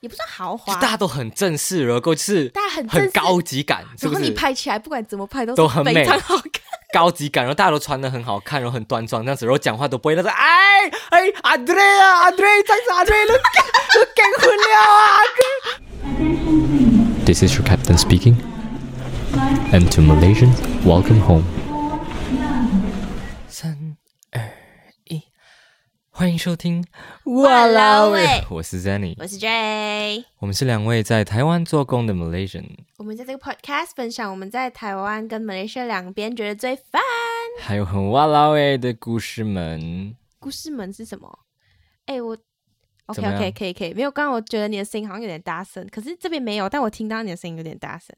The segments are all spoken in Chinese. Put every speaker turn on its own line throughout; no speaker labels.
也不算豪华
就，大家都很正式，然后就是
大家很正
很
式
高级感，是
然
不
后你
是？
拍起来不管怎么拍都
都
是
很
非
美
常好看。
高级感，然后大家都穿的很好看，然后很端庄这样子，然后讲话都不会那种哎哎阿德雷啊阿德雷，这样子阿德雷都都结婚了啊。
This is your captain speaking. And to Malaysians, welcome home.
三二一，欢迎收听
哇啦喂
我是 Zenny，
我是 J，
我们是两位在台湾做工的 Malaysian，
我们在这个 podcast 分享我们在台湾跟马来西亚两边觉得最烦
还有很哇啦喂的故事们。
故事们是什么？哎、我 OK
怎么样
OK 可以可以，没有，刚刚我觉得你的声音好像有点大声，可是这边没有，但我听到你的声音有点大声。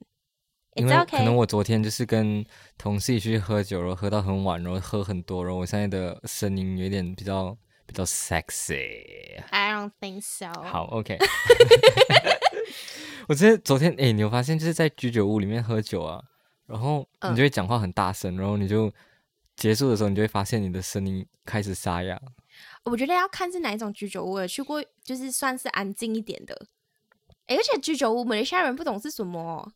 因
It's
为
OK，
可能我昨天就是跟同事一起去喝酒，然后喝到很晚，然后喝很多，然后我现在的声音有一点比较比较 sexy。
I don't think so。
好，OK。我觉得昨天，哎、你有发现就是在居酒屋里面喝酒啊，然后你就会讲话很大声，然后你就结束的时候，你就会发现你的声音开始沙哑。
我觉得要看是哪一种居酒屋，我有去过就是算是安静一点的。诶而且居酒屋，马来西亚人不懂是什么哦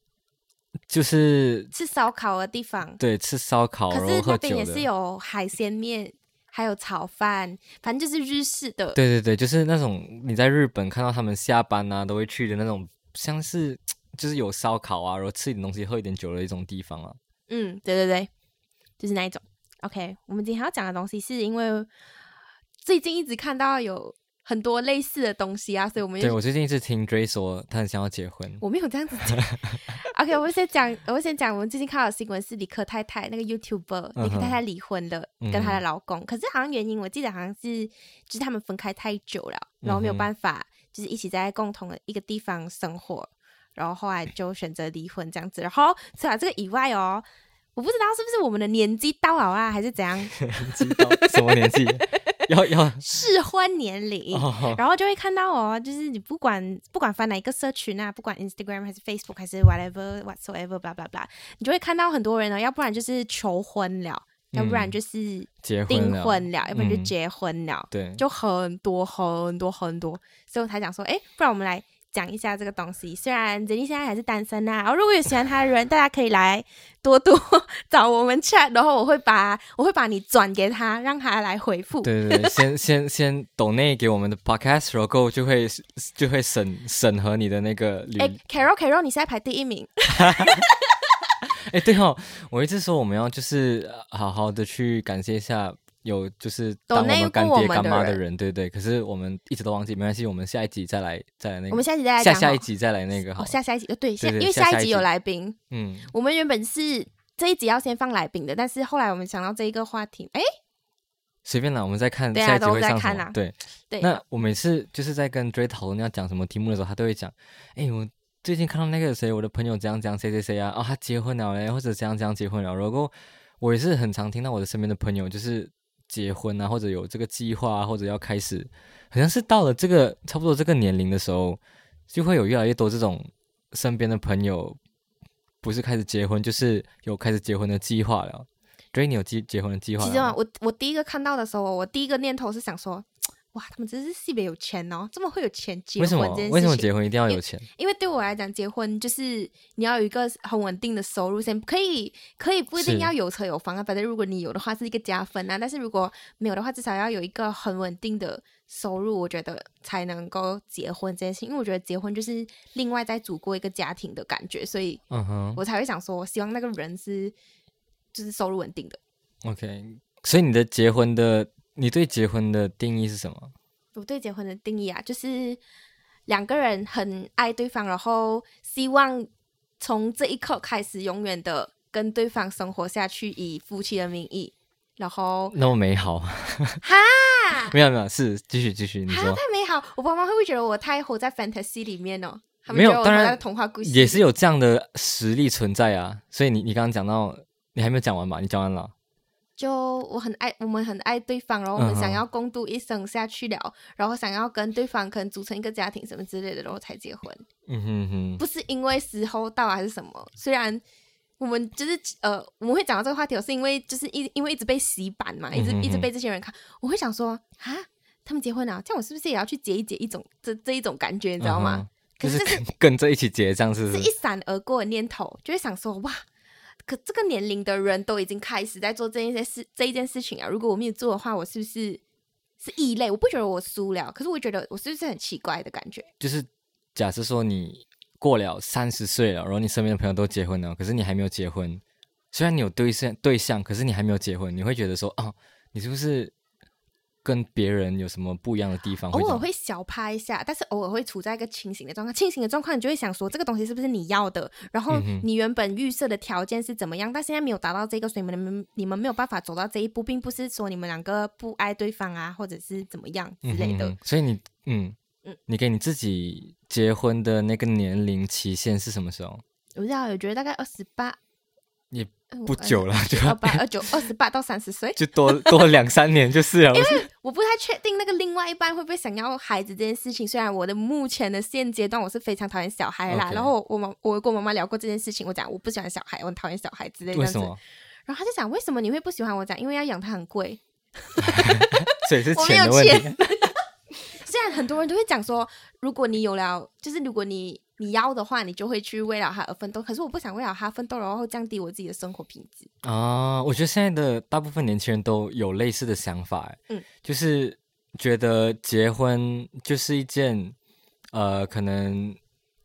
就是
吃烧烤的地方，
对，吃烧烤
可
然
是
后
那
喝
边
酒
也
的，
是有海鲜面，还有炒饭，反正就是日式的。
对对对，就是那种你在日本看到他们下班啊都会去的那种，像是就是有烧烤啊，然后吃一点东西、喝一点酒的一种地方啊。
嗯，对对对，就是那一种。OK，我们今天要讲的东西是因为最近一直看到有很多类似的东西啊，所以我们
对
就
我最近一直听 Dray 说他很想要结婚，
我没有这样子讲。OK，我先讲， 我先讲，我们最近看到的新闻是李克太太那个 YouTuber
嗯哼嗯
李克太太离婚了，跟她的老公。可是好像原因我记得好像是就是他们分开太久了，然后没有
嗯哼
办法就是一起在共同的一个地方生活，然后后来就选择离婚这样子。然后除了这个以外哦，我不知道是不是我们的年纪到了啊，还是怎样
知道什么年纪？要要
适婚年龄。
哦，
然后就会看到哦，就是你不管不管翻哪一个社群啊，不管 Instagram 还是 Facebook 还是 whatever whatsoever blah blah blah，你就会看到很多人哦，要不然就是求婚了，要不然就是
结婚
订
了，
婚了，要不然就
嗯
结婚了，
对，
就很多很多很多，所以我才想说，哎，不然我们来。讲一下这个东西，虽然 Jenny 现在还是单身啊，然后如果有喜欢他的人，大家可以来多多 找我们 chat，然后我会把我会把你转给他，让他来回复。
对对对，先先先抖内给我们的 podcast，然后就会就会审审核你的那个履
哎、c a r o l Carol，你现在排第一名，
哎，对哦，我一直说我们要就是呃好好的去感谢一下有就是当我
Donate
们干
过我
爹
们
干
的
妈的
人
人，对对。可是我们一直都忘记，没关系，我们下一集再来再来那
我们
个，
下集再来
下
讲
下
好
一集再来那个好
哦，。下下一集呃对，下
对对
因为
下
下
下一
一集
集
有来宾，
嗯，
我们原本是这一集要先放来宾的，但是后来我们想到这一个话题，哎，
随便啦，我们再看
对啊
下一集
都
会
在
上什
看
么
啊。
对，
对，
那我每次就是在跟 Dray 讨论要讲什么题目的时候，他都会讲，哎，我最近看到那个谁，我的朋友怎样怎样，谁谁谁啊，哦，他结婚了嘞，或者怎样怎样结婚了。然后我也是很常听到我的身边的朋友就是结婚啊，或者有这个计划啊，或者要开始，好像是到了这个差不多这个年龄的时候，就会有越来越多这种身边的朋友不是开始结婚，就是有开始结婚的计划了。Dray，你有结结婚的计划了
其
吗？
实啊，我我第一个看到的时候，我第一个念头是想说，哇，他们真是系别有钱哦，这么会有钱结
为
婚
什么
这件事情，
为什么结婚一定要
因
有钱？
因为对我来讲，结婚就是你要有一个很稳定的收入先，可以可以不一定
是
要有车有房啊，反正如果你有的话是一个加分啊，但是如果没有的话，至少要有一个很稳定的收入，我觉得才能够结婚这件事情。因为我觉得结婚就是另外再组过一个家庭的感觉，所以
嗯哼。
我才会想说，希望那个人是就是收入稳定的。
OK，所以你的结婚的，你对结婚的定义是什么？
我对结婚的定义啊，就是两个人很爱对方，然后希望从这一刻开始，永远的跟对方生活下去，以夫妻的名义。然后
那么美好？哈， 没有没有，是继续继嗯续，你
啊，
说
太美好！我爸妈会不会觉得我太活在 fantasy 里面哦？他们
没有
觉得我
当
活
然
在童话故事
也是
有
有这样的实力存在啊。所以你你刚刚讲到，你还没有讲完吧？你讲完了？
就我很爱，我们很爱对方，然后我们
嗯哼
想要共度一生下去了，然后想要跟对方可能组成一个家庭什么之类的，然后才结婚。
嗯哼哼，
不是因为时候到还是什么，虽然我们就是呃，我们会讲到这个话题，是因为就是一因为一直被洗版嘛，一直
嗯哼
一直
哼
被这些人看，我会想说啊，他们结婚了，这样我是不是也要去结一结一种这这一种感觉，你知道吗？
嗯哼
可
就是是
这是
跟跟着一起结账，是不
是一
是？
闪而过的念头，就会想说哇，可这个年龄的人都已经开始在做这一些事这一件事情啊，如果我没有做的话，我是不是是异类？我不觉得我输了，可是我觉得我是不是很奇怪的感觉？
就是假设说你过了三十岁了，然后你身边的朋友都结婚了，可是你还没有结婚，虽然你有对象对象，可是你还没有结婚，你会觉得说啊，你是不是跟别人有什么不一样的地方？
偶
这
尔
样
会小趴一下，但是偶尔会处在一个清醒的状况。清醒的状况，你就会想说，这个东西是不是你要的？然后
嗯哼
你原本预设的条件是怎么样？但现在没有达到这个，所以你们你们没有办法走到这一步，并不是说你们两个不爱对方啊，或者是怎么样之类的。
嗯哼哼所以你，嗯
嗯
你给你自己结婚的那个年龄期限是什么时候？
我不知道，我觉得大概二十八，
也
呃
不久了，就，
二八、二九、二十八到三十岁
就多多两三年就是了。
我不太确定那个另外一半会不会想要孩子这件事情。虽然我的目前的现阶段我是非常讨厌小孩啦
OK
然后我我妈我跟我妈妈聊过这件事情，我讲我不喜欢小孩，我很讨厌小孩之类的。
为什么？
然后他就讲为什么你会不喜欢我讲，因为要养它很贵。
所以是
我没有
钱的问
钱
题。
虽然很多人都会讲说，如果你有了，就是如果你你要的话，你就会去为了它而奋斗。可是我不想为了它奋斗，然后降低我自己的生活品质。
啊，我觉得现在的大部分年轻人都有类似的想法，哎
嗯，
就是觉得结婚就是一件呃，可能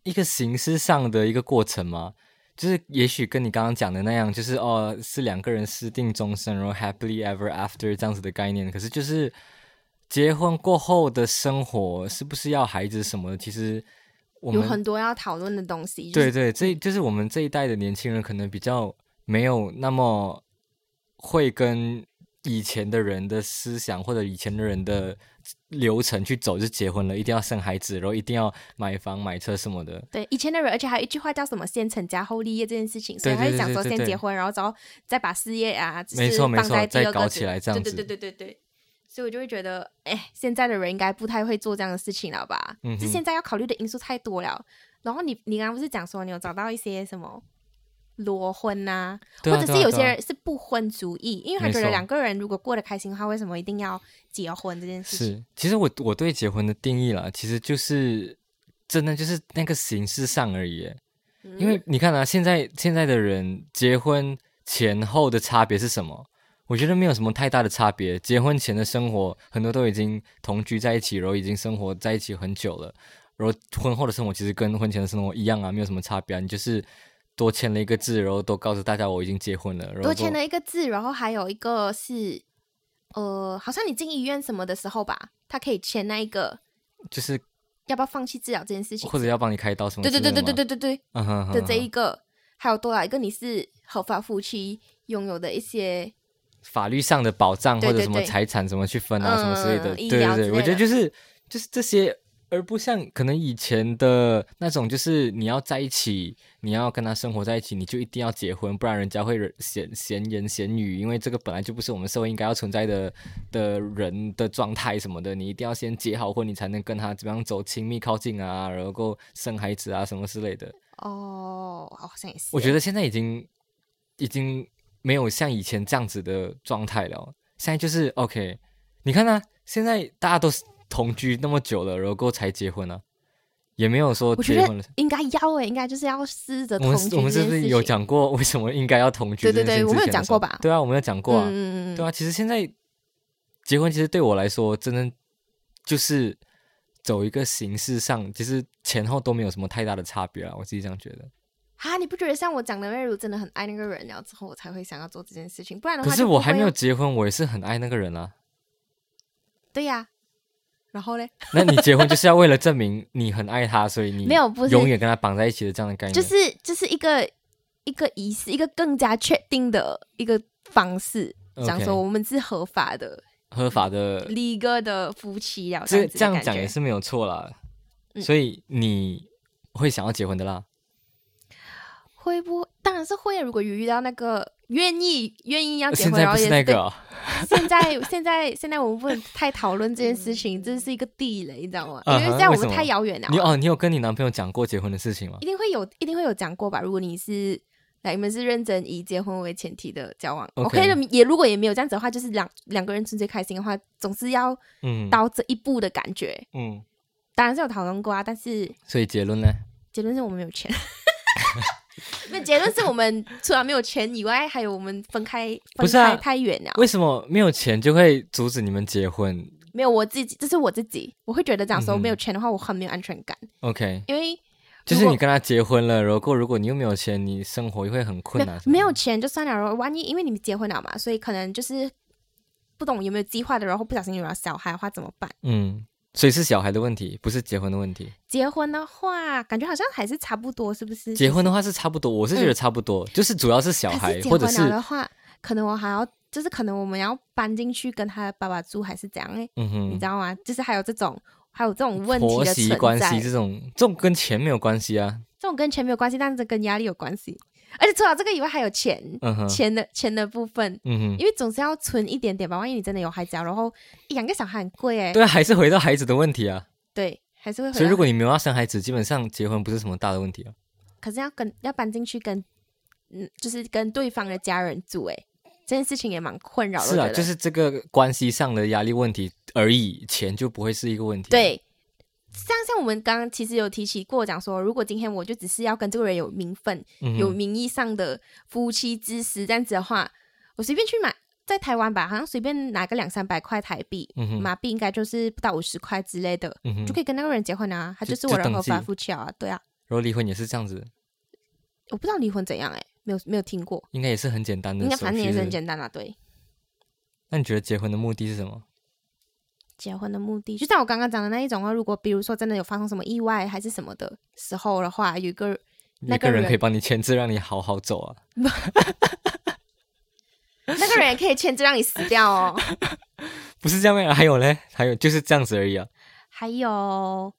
一个形式上的一个过程嘛，就是也许跟你刚刚讲的那样，就是哦，是两个人私定终身，然后 happily ever after 这样子的概念，可是就是结婚过后的生活是不是要孩子什么的，其实我
有
们
很多要讨论的东西，就是嗯
对对，这就是我们这一代的年轻人可能比较没有那么会跟以前的人的思想或者以前的人的流程去走，就结婚了，一定要生孩子，然后一定要买房买车什么的。
对以前的人，而且还有一句话叫什么“先成家后立业”这件事情，所以
对
他
对
会讲
对
说
对
先
对
结婚，然后之后再把事业啊，只
没
是
错没
放
错
在第
再
二个
搞
之
起来这样
对对
子
对对对对。所以我就会觉得，哎，现在的人应该不太会做这样的事情了吧？
嗯哼
就现在要考虑的因素太多了。然后你你刚刚不是讲说你有找到一些什么裸婚呐、
对啊
或者
对
是
啊
有
对
些
啊
人是不婚主义，因为他
没
觉得
错
两个人如果过得开心的话，为什么一定要结婚这件事情？
是，其实我我对结婚的定义啦，其实就是真的就是那个形式上而已耶。
嗯
因为你看啊，现在现在的人结婚前后的差别是什么？我觉得没有什么太大的差别。结婚前的生活，很多都已经同居在一起，然后已经生活在一起很久了。然后婚后的生活其实跟婚前的生活一样啊，没有什么差别、啊。你就是多签了一个字，然后都告诉大家我已经结婚了。然后
多签
都
了一个字，然后还有一个是，呃，好像你进医院什么的时候吧，他可以签那一个
就是
要不要放弃治疗这件事情。
或者要帮你开刀什么
对
之类
对对
的嘛？
对对对对对
嗯哼哼
的这
哼
一个，还有多少一个你是合法夫妻拥有的一些，
法律上的保障
对
或者
对
什么
对
财产什么去分啊，什么之类的。
嗯医
对对
疗之
对，我
类
觉得
的
就是就是这些，而不像可能以前的那种，就是你要在一起，你要跟他生活在一起，你就一定要结婚，不然人家会惹闲闲言闲语，因为这个本来就不是我们社会应该要存在 的的人的状态什么的。你一定要先结好婚，你才能跟他怎么样走亲密靠近啊，然后够生孩子啊什么之类的。
哦，好像也是。
我觉
得
得现在已经已经没有像以前这样子的状态了。现在就是 OK，你看啊，现在大家都是同居那么久了，然后过后才结婚啊，也没有说
我觉
结婚了
得。应该要欸诶、应该就是要试着
我
同
们
居
我们
这
是
件
不
事
是
情
有讲过为什么应该要同居
对
这
对
件事情之前
对
的时候？
我们有讲过吧
对啊，我们有讲过
嗯
啊。
嗯嗯嗯，
对啊，其实现在结婚，其实对我来说，真的就是走一个形式上，其实前后都没有什么太大的差别啊。我自己这样觉得。
啊，你不觉得像我讲的，如果真的很爱那个人了之后，我才会想要做这件事情，不然的话
可是
就
我
不
还
会
没有
啊
结婚，我也是很爱那个人啊。
对呀、然后嘞。
那你结婚就是要为了证明你很爱他，所以你
没有不是
永远跟他绑在一起的这样的概念。
就是就是一个一个仪式，一个更加确定的一个方式，
OK
讲说我们是合法的、
合法的，
legal 的夫妻了。
这
这
这样
样子的
讲
感
也
觉
是没有错啦。
嗯
所以你会想要结婚的啦。
会不？当然是会啊。如果有遇到那个愿意愿意要结
现
婚，
在
然
不
后也
是
是
那
对
个、哦，
现在现在现在我们不能太讨论这件事 情，这是一个地雷，你知道吗？因
啊哈
为现在我
为什
们
么
太遥远了啊。
你哦，你有跟你男朋友讲过结婚的事情吗
一？定会有，一定会有讲过吧？如果你是来，你们是认真以结婚为前提的交往
OK
的，也如果也没有这样子的话，就是两两个人纯粹开心的话，总是要
嗯
到这一步的感觉。
嗯，
当然是有讨论过啊，但是
所以结论呢？
结论是我们没有 钱。那结论是我们除了没有钱以外，还有我们分开
不
分
是啊
开太远了。
为什么没有钱就会阻止你们结婚
没有我自己，这是我自己，我会觉得讲说
嗯哼
没有钱的话，我很没有安全感，
？OK，
因为
就是
如果
你跟他结婚了，然后如果你又没有钱，你生活又会很困
没
难
有
什么
没
的。
有钱就算了，然后万一因为你们结婚了嘛，所以可能就是不懂有没有计划的，然后不小心有了小孩的话怎么办？
嗯，所以是小孩的问题，不是结婚的问题。
结婚的话，感觉好像还是差不多，是不是？
结婚的话是差不多，我是觉得
嗯
差不多，就是主要是小
可
孩
是结
或
婚啊
者
了
是
的话，可能我还要就是可能我们要搬进去跟他的爸爸住，还是怎样、欸？
嗯
你
哼
知。道吗？就是还有这种还有这种问题
婆
的
媳
存
关
在
系，这种，这种跟钱没有关系啊。
这种跟钱没有关系，但是跟压力有关系。而且除了这个以外，还有钱，
嗯哼，
钱的钱的部分，
嗯哼，
因为总是要存一点点吧。万一你真的有孩子啊，然后一养个小孩很贵哎、
对啊，还是回到孩子的问题啊。
对，还是会回来。
所以如果你没有要生孩子，基本上结婚不是什么大的问题啊。
可是要跟要搬进去跟嗯，就是跟对方的家人住哎、这件事情也蛮困扰的。
是
我
啊，
觉得
就是这个关系上的压力问题而已，钱就不会是一个问题。，
对，像像我们刚刚其实有提起过，讲说如果今天我就只是要跟这个人有名分，
嗯哼
有名义上的夫妻之实这样子的话，我随便去买，在台湾吧，好像随便拿个两三百块台币，
嗯哼
马币应该就是不到五十块之类的，
嗯哼，
就可以跟那个人结婚啊，他
就
就是我的
就
合
登记
法夫妻啊，对啊，
然后离婚也是这样子，
我不知道离婚怎样哎、没有没有听过，
应该也是很简单的
应该
手
反正也
续
是
是
很
不是
简单啦、对。
那你觉得结婚的目的是什么？
结婚的目的，就像我刚刚讲的那一种啊，如果比如说真的有发生什么意外还是什么的时候的话，有一个那
一
个
个人可以
人
帮你签字，让你好好走啊。
那个人也可以签字让你死掉哦。
不是这样啊，还有嘞，还有就是这样子而已啊。
还有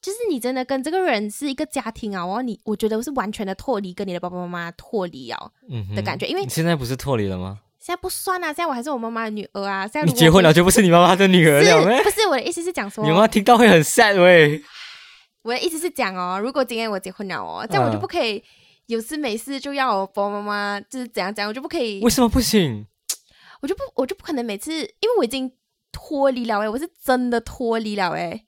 就是你真的跟这个人是一个家庭啊，哦，你我觉得我是完全的脱离跟你的爸爸妈妈脱离哦，
嗯哼
的感觉因为
你现在不是脱离了吗？
现在不算啊，现在我还是我妈妈的女儿啊，现在如
你
果
结婚了就不是你妈妈的女
我
儿
是
了咩？
不是我的意思是讲说
你，妈妈听到会很 sad 喂。
我的意思是讲哦，如果今天我结婚了哦，这样我就
嗯
不可以。有事没事就要我爸爸妈妈就是怎样怎样，我就不可以
为什么不行？
我就不我就不可能每次，因为我已经脱离了哎、我是真的脱离了哎、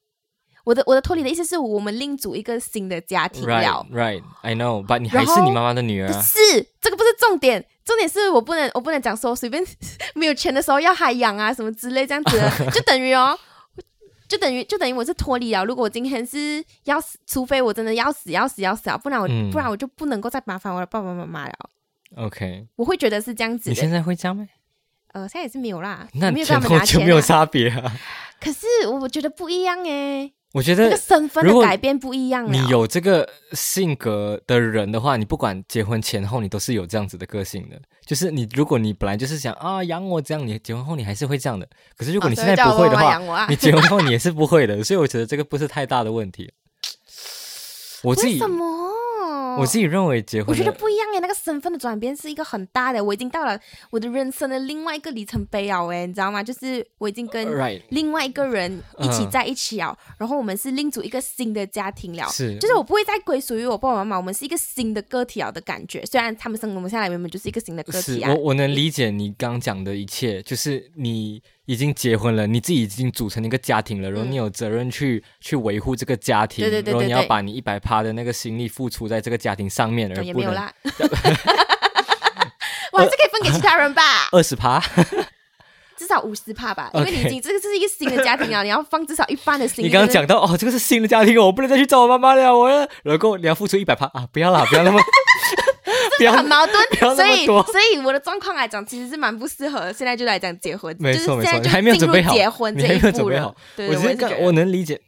我的我的脱离的意思是我们另组一个新的家庭了
Right, right, I know, but 你还
然后
是你妈妈的女儿
不
啊。
是这个不是重点，重点是我不能我不能讲说随便 没有钱的时候要海洋啊什么之类这样子的就等于哦。就等于就等于我是脱离了。如果我今天是要死，除非我真的要死要死要死啊，不然我、
嗯
不然我就不能够再麻烦我的爸爸妈妈了。
OK，
我会觉得是这样子
你现
的。
在会这样吗？
呃，现在也是没有啦，
那
没有跟他
前
们拿
后
钱、啊。
就没有差别啊。
可是我觉得不一样诶。
我觉
这个
得
身份
如
的
果
改变不一样啊了。
你有这个性格的人的话，你不管结婚前后，你都是有这样子的个性的。就是你，如果你本来就是想啊养我这样，你结婚后你还是会这样的。可是如
如
果你现在不会的话，
我啊
你结婚后你也是不会的。所以我觉得这个不是太大的 问题。我自
为
己
什，么？
我自己认为结
我
婚
觉
的，
得不一样欸诶，那个身份的转变是一个很大的，我已经到了我的人生的另外一个里程碑啊！诶，你知道吗？就是我已经跟
呃 right
另外一个人一起
嗯
在一起啊，然后我们是另组一个新的家庭了。
是
就是我不会再归属于我爸爸妈妈，我们是一个新的个体了的感觉。虽然他们生我们下来，原本就是一个新的个
是
体啊
我，我能理解你刚讲的一切，就是你已经结婚了，你自己已经组成一个家庭了，然后
嗯
你有责任去去维护这个家庭，
对对对
然后你
对
要
对
把你一百趴的那个心力付出在这个家庭上面，而
也
不
没有
能
啦。我还是可以分给其他人吧。
二十趴，
至少五十帕吧，因为你
OK
已经这个这是一个新的家庭啊，你要放至少一半的心
你
力。
刚刚
就是
讲到哦，这个是新的家庭，我不能再去找我妈妈了，我要，然后你要付出一百趴啊，不要啦，不要 那么， 不要
很矛盾
不要，
所
那么
以
多
所以我的状况来讲，其实是蛮不适合现在就来讲结婚，
没
就是
错没
现在
错，
就
你还没有
进
准
入
备好，
结婚
你
这
还
一
没有准
步
备
了
好。，
对，
我
对
只
我也
是
是觉
刚
得，
我能理解，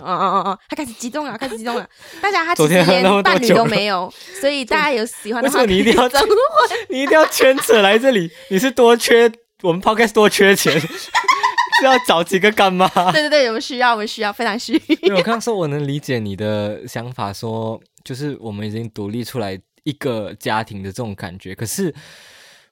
哦哦哦哦，他开始激动了，开始激动了。大家他
昨
其实
天喝那
连
么多
伴侣
酒
都
了
没有，所以大家有喜欢的
为什
话，
么你一定要
可以
这
征婚
你一定要牵扯来这里，你是多缺我们 podcast 多缺钱， 是要找几个干妈？
对对对，我们需要，我们需要，非常需要。
因为我刚刚说我能理解你的想法说，就是我们已经独立出来一个家庭的这种感觉，可是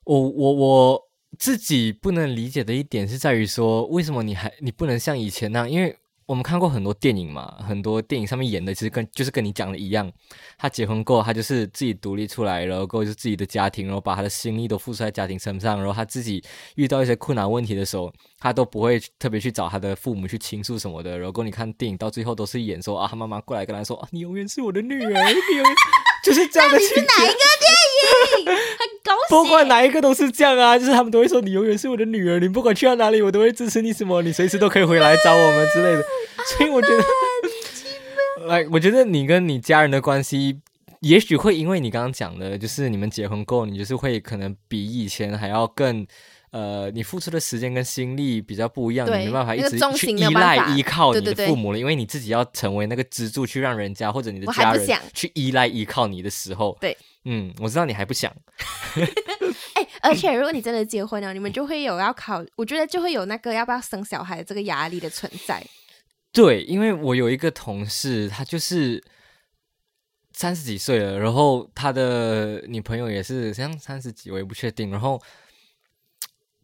我我我自己不能理解的一点是在于说，为什么你还你不能像以前那样？因为我们看过很多电影嘛，很多电影上面演的其实跟就是跟你讲的一样，他结婚过，他就是自己独立出来，然后过就是自己的家庭，然后把他的心力都付出在家庭身上，然后他自己遇到一些困难问题的时候，他都不会特别去找他的父母去倾诉什么的。然后你看电影到最后都是演说啊，他妈妈过来跟他说啊，你永远是我的女儿，你永远就是这样的情节。
很狗血。
不管哪一个都是这样啊，就是他们都会说你永远是我的女儿，你不管去到哪里，我都会支持你什么，你随时都可以回来找我们之类 的。所以我觉得，来，我觉得 你跟你家人的关系，也许会因为你刚刚讲的，就是你们结婚后，你就是会可能比以前还要更。呃，你付出的时间跟心力比较不一样，
对
你没办法一
那个
直
重
去
心没
依
有
赖
办法
依靠
对
你
对
的
对
父母了，因为你自己要成为那个支柱，去让人家或者你的
我还
家
不
人
想
去依赖依靠你的时候。
对，
嗯，我知道你还不想，
哎、而
嗯
且如果你真的结婚了，你们就会有要考，我觉得就会有那个要不要生小孩的这个压力的存在。
对，因为我有一个同事，他就是三十几岁了，然后他的女朋友也是像三十几，我也不确定。然后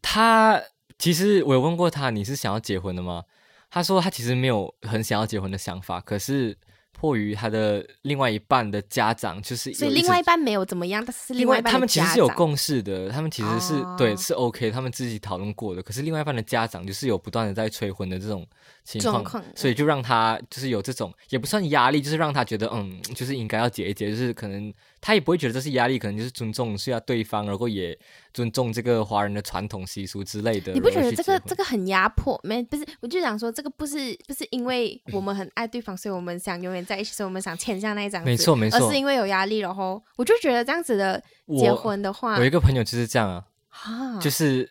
他其实我有问过他，你是想要结婚的吗？他说他其实没有很想要结婚的想法，可是迫于他的另外一半的家长，就是
所以
有
另
直
外一半没有怎么样，但是
另
另外一半
他
的
们其实
家
是有
长
共识的，他们其实是、对
哦
是 OK，他们自己讨论过的。可是另外一半的家长就是有不断的在催婚的这种情况，
状况嗯
所以就让他就是有这种也不算压力，就是让他觉得嗯，就是应该要结一结，就是可能他也不会觉得这是压力，可能就是尊重是要对方，然后也尊重这个华人的传统习俗之类的。
你不觉
然后
得
去
这个
结婚
这个很压迫？没，不是，我就想说，这个不是不是因为我们很爱对方，所以我们想永远在一起，所以我们想签下那一张纸，
没错没错
而是因为有压力，然后我就觉得这样子的
我
结婚的话
我一个朋友就是这样啊，
啊，
就是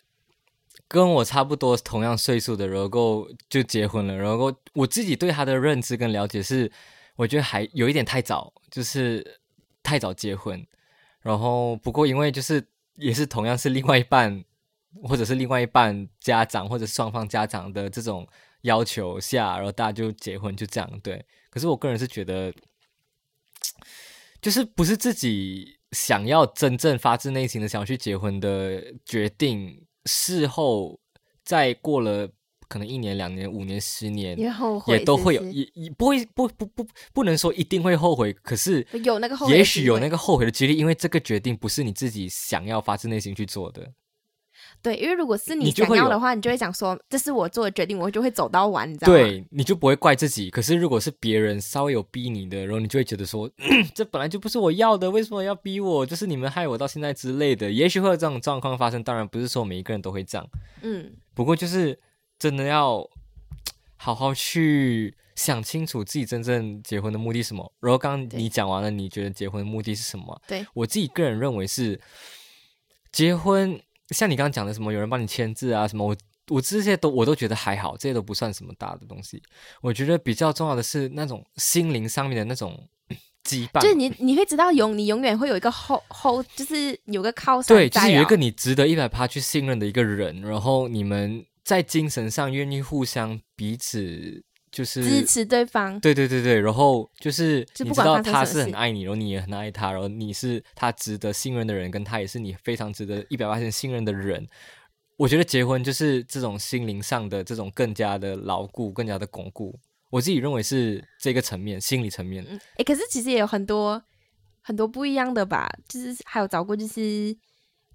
跟我差不多同样岁数的，然后就结婚了。然后我自己对他的认知跟了解是，我觉得还有一点太早，就是太早结婚。然后不过因为就是也是同样是另外一半，或者是另外一半家长或者双方家长的这种要求下，然后大家就结婚就这样对。可是我个人是觉得，就是不是自己想要真正发自内心的想要去结婚的决定，事后再过了可能一年、两年、五年、十年，
也后悔
也都会有，
是不是
也也不会不不不不能说一定会后悔，可是
有那个后悔的
也许有
机会
那个后悔的几率，因为这个决定不是你自己想要发自内心去做的。
对，因为如果是
你就
想
会
要
有
的话，你就会想说这是我做的决定，我就会走到完，你知道吗？
对，你就不会怪自己。可是如果是别人稍微有逼你的，然后你就会觉得说， 这本来就不是我要的，为什么要逼我？就是你们害我到现在之类的。也许会有这种状况发生，当然不是说每一个人都会这样，
嗯，
不过就是真的要好好去想清楚自己真正结婚的目的是什么。然后刚刚
对
你讲完了，你觉得结婚的目的是什么？
对
我自己个人认为是结婚，像你刚刚讲的什么有人帮你签字啊什么，我我这些都我都觉得还好，这些都不算什么大的东西。我觉得比较重要的是那种心灵上面的那种 羁绊，
就是你你会知道永你永远会有一个后后，就是有个靠山
对，就是
在
有一
啊
个你值得一百趴去信任的一个人，然后你们在精神上愿意互相彼此就是
支持对方，
对对对对，然后就是
就
你
不
知
管
道
发生
他
什
是
么
很
事
爱你，然后你也很爱他，然后你是他值得信任的人，跟他也是你非常值得一百八十信任的人。我觉得结婚就是这种心灵上的这种更加的牢固、更加的巩固。我自己认为是这个层面，心理层面。
嗯，哎，可是其实也有很多很多不一样的吧，就是还有找过，就是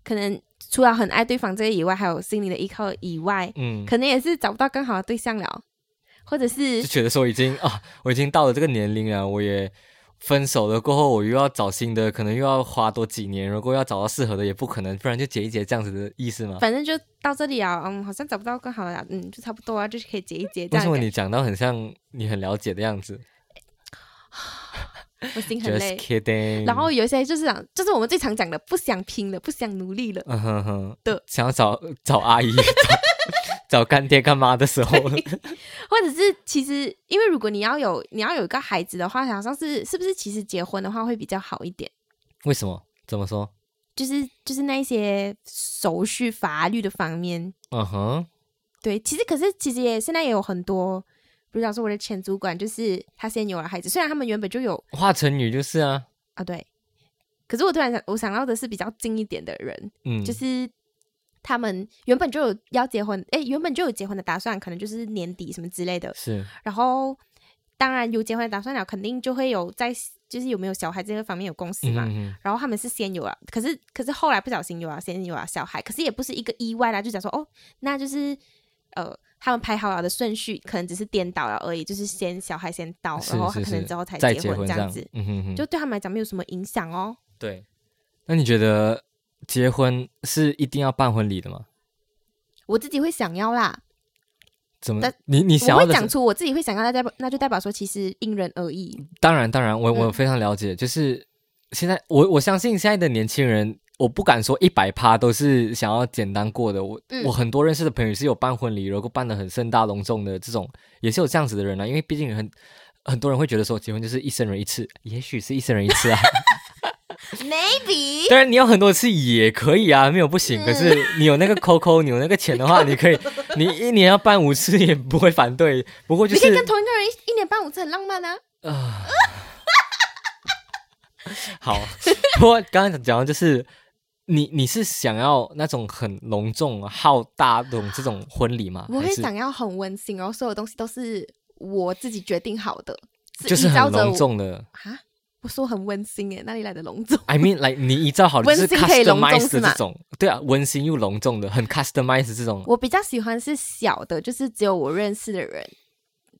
可能除了很爱对方这个以外，还有心灵的依靠以外，
嗯，
可能也是找不到更好的对象了，或者是
就觉得说已经啊，我已经到了这个年龄了，我也分手了，过后我又要找新的，可能又要花多几年，如果要找到适合的也不可能，不然就结一结这样子的意思吗？
反正就到这里啊，嗯，好像找不到更好的了，嗯，就差不多啊，就是可以结一结这
为
样
什么
的感觉。
你讲到很像你很了解的样子
我心很
？Just
累。
kidding。
然后，有一些就是讲，就是我们最常讲的，不想拼了，不想努力了。
嗯哼哼
的
想要找找阿 姨、找找干爹干妈的时候，
或者是其实，因为如果你要有你要有一个孩子的话，好像是是不是其实结婚的话会比较好一点，
为什么？怎么说？
就是就是那一些手续法律的方面，
嗯哼，
对，其实可是其实也现在也有很多，比如讲说我的前主管，就是他先有了孩子，虽然他们原本就有
华晨宇就是啊，
啊，对，可是我突然想我想到的是比较近一点的人，
嗯，
就是他们原本就有要结婚，诶，原本就有结婚的打算，可能就是年底什么之类的。
是
然后，当然有结婚的打算了，肯定就会有在就是有没有小孩这个方面有共识
嗯
嘛。
嗯
然后他们是先有了，啊可是可是后来不小心有了，先有了啊小孩，可是也不是一个意外啦，就讲说哦，那就是呃，他们排好了的顺序可能只是颠倒了而已，就是先小孩先到，
是
然后
是
他可
是
能之后才
嗯，再
结
结婚
这
这
样
样
子，，
嗯哼哼，
就对他们来讲没有什么影响哦。
对。那你觉得结婚是一定要办婚礼的吗？
我自己会想要啦，
怎么
但？
你你想
我
要
会
的
讲
是？
出我自己会想要，那代表那就代表说其实因人而异。
当然，当然，我我
嗯
非常了解，就是现在我我相信现在的年轻人，我不敢说一百趴都是想要简单过的。我、
嗯
我很多认识的朋友是有办婚礼，然后办的很盛大隆重的这种，也是有这样子的人啊。因为毕竟很很多人会觉得说，结婚就是一生人一次，也许是一生人一次啊。嗯
Maybe
当然，你有很多次也可以啊，没有不
嗯
行。可是你有那个 COCO，你有那个钱的话，你可以，你一年要办五次也不会反对。不过就
你可以
是
跟同一个人一一年半五次，很浪漫啊。
啊，好。不过刚刚讲到就是，你你是想要那种很隆重、浩大的这种婚礼吗？
我
还
会
是
想要很温馨，然后所有东西都是我自己决定好的，
就是
依照
很
着
隆
我
重的。
啊。我说很温馨哎，哪里来的隆重？
I mean，like 你依照好的就是
温馨可以隆重
customized
是
的
吗
这种，对啊，温馨又隆重的，很 customized 的这种。
我比较喜欢是小的，就是只有我认识的人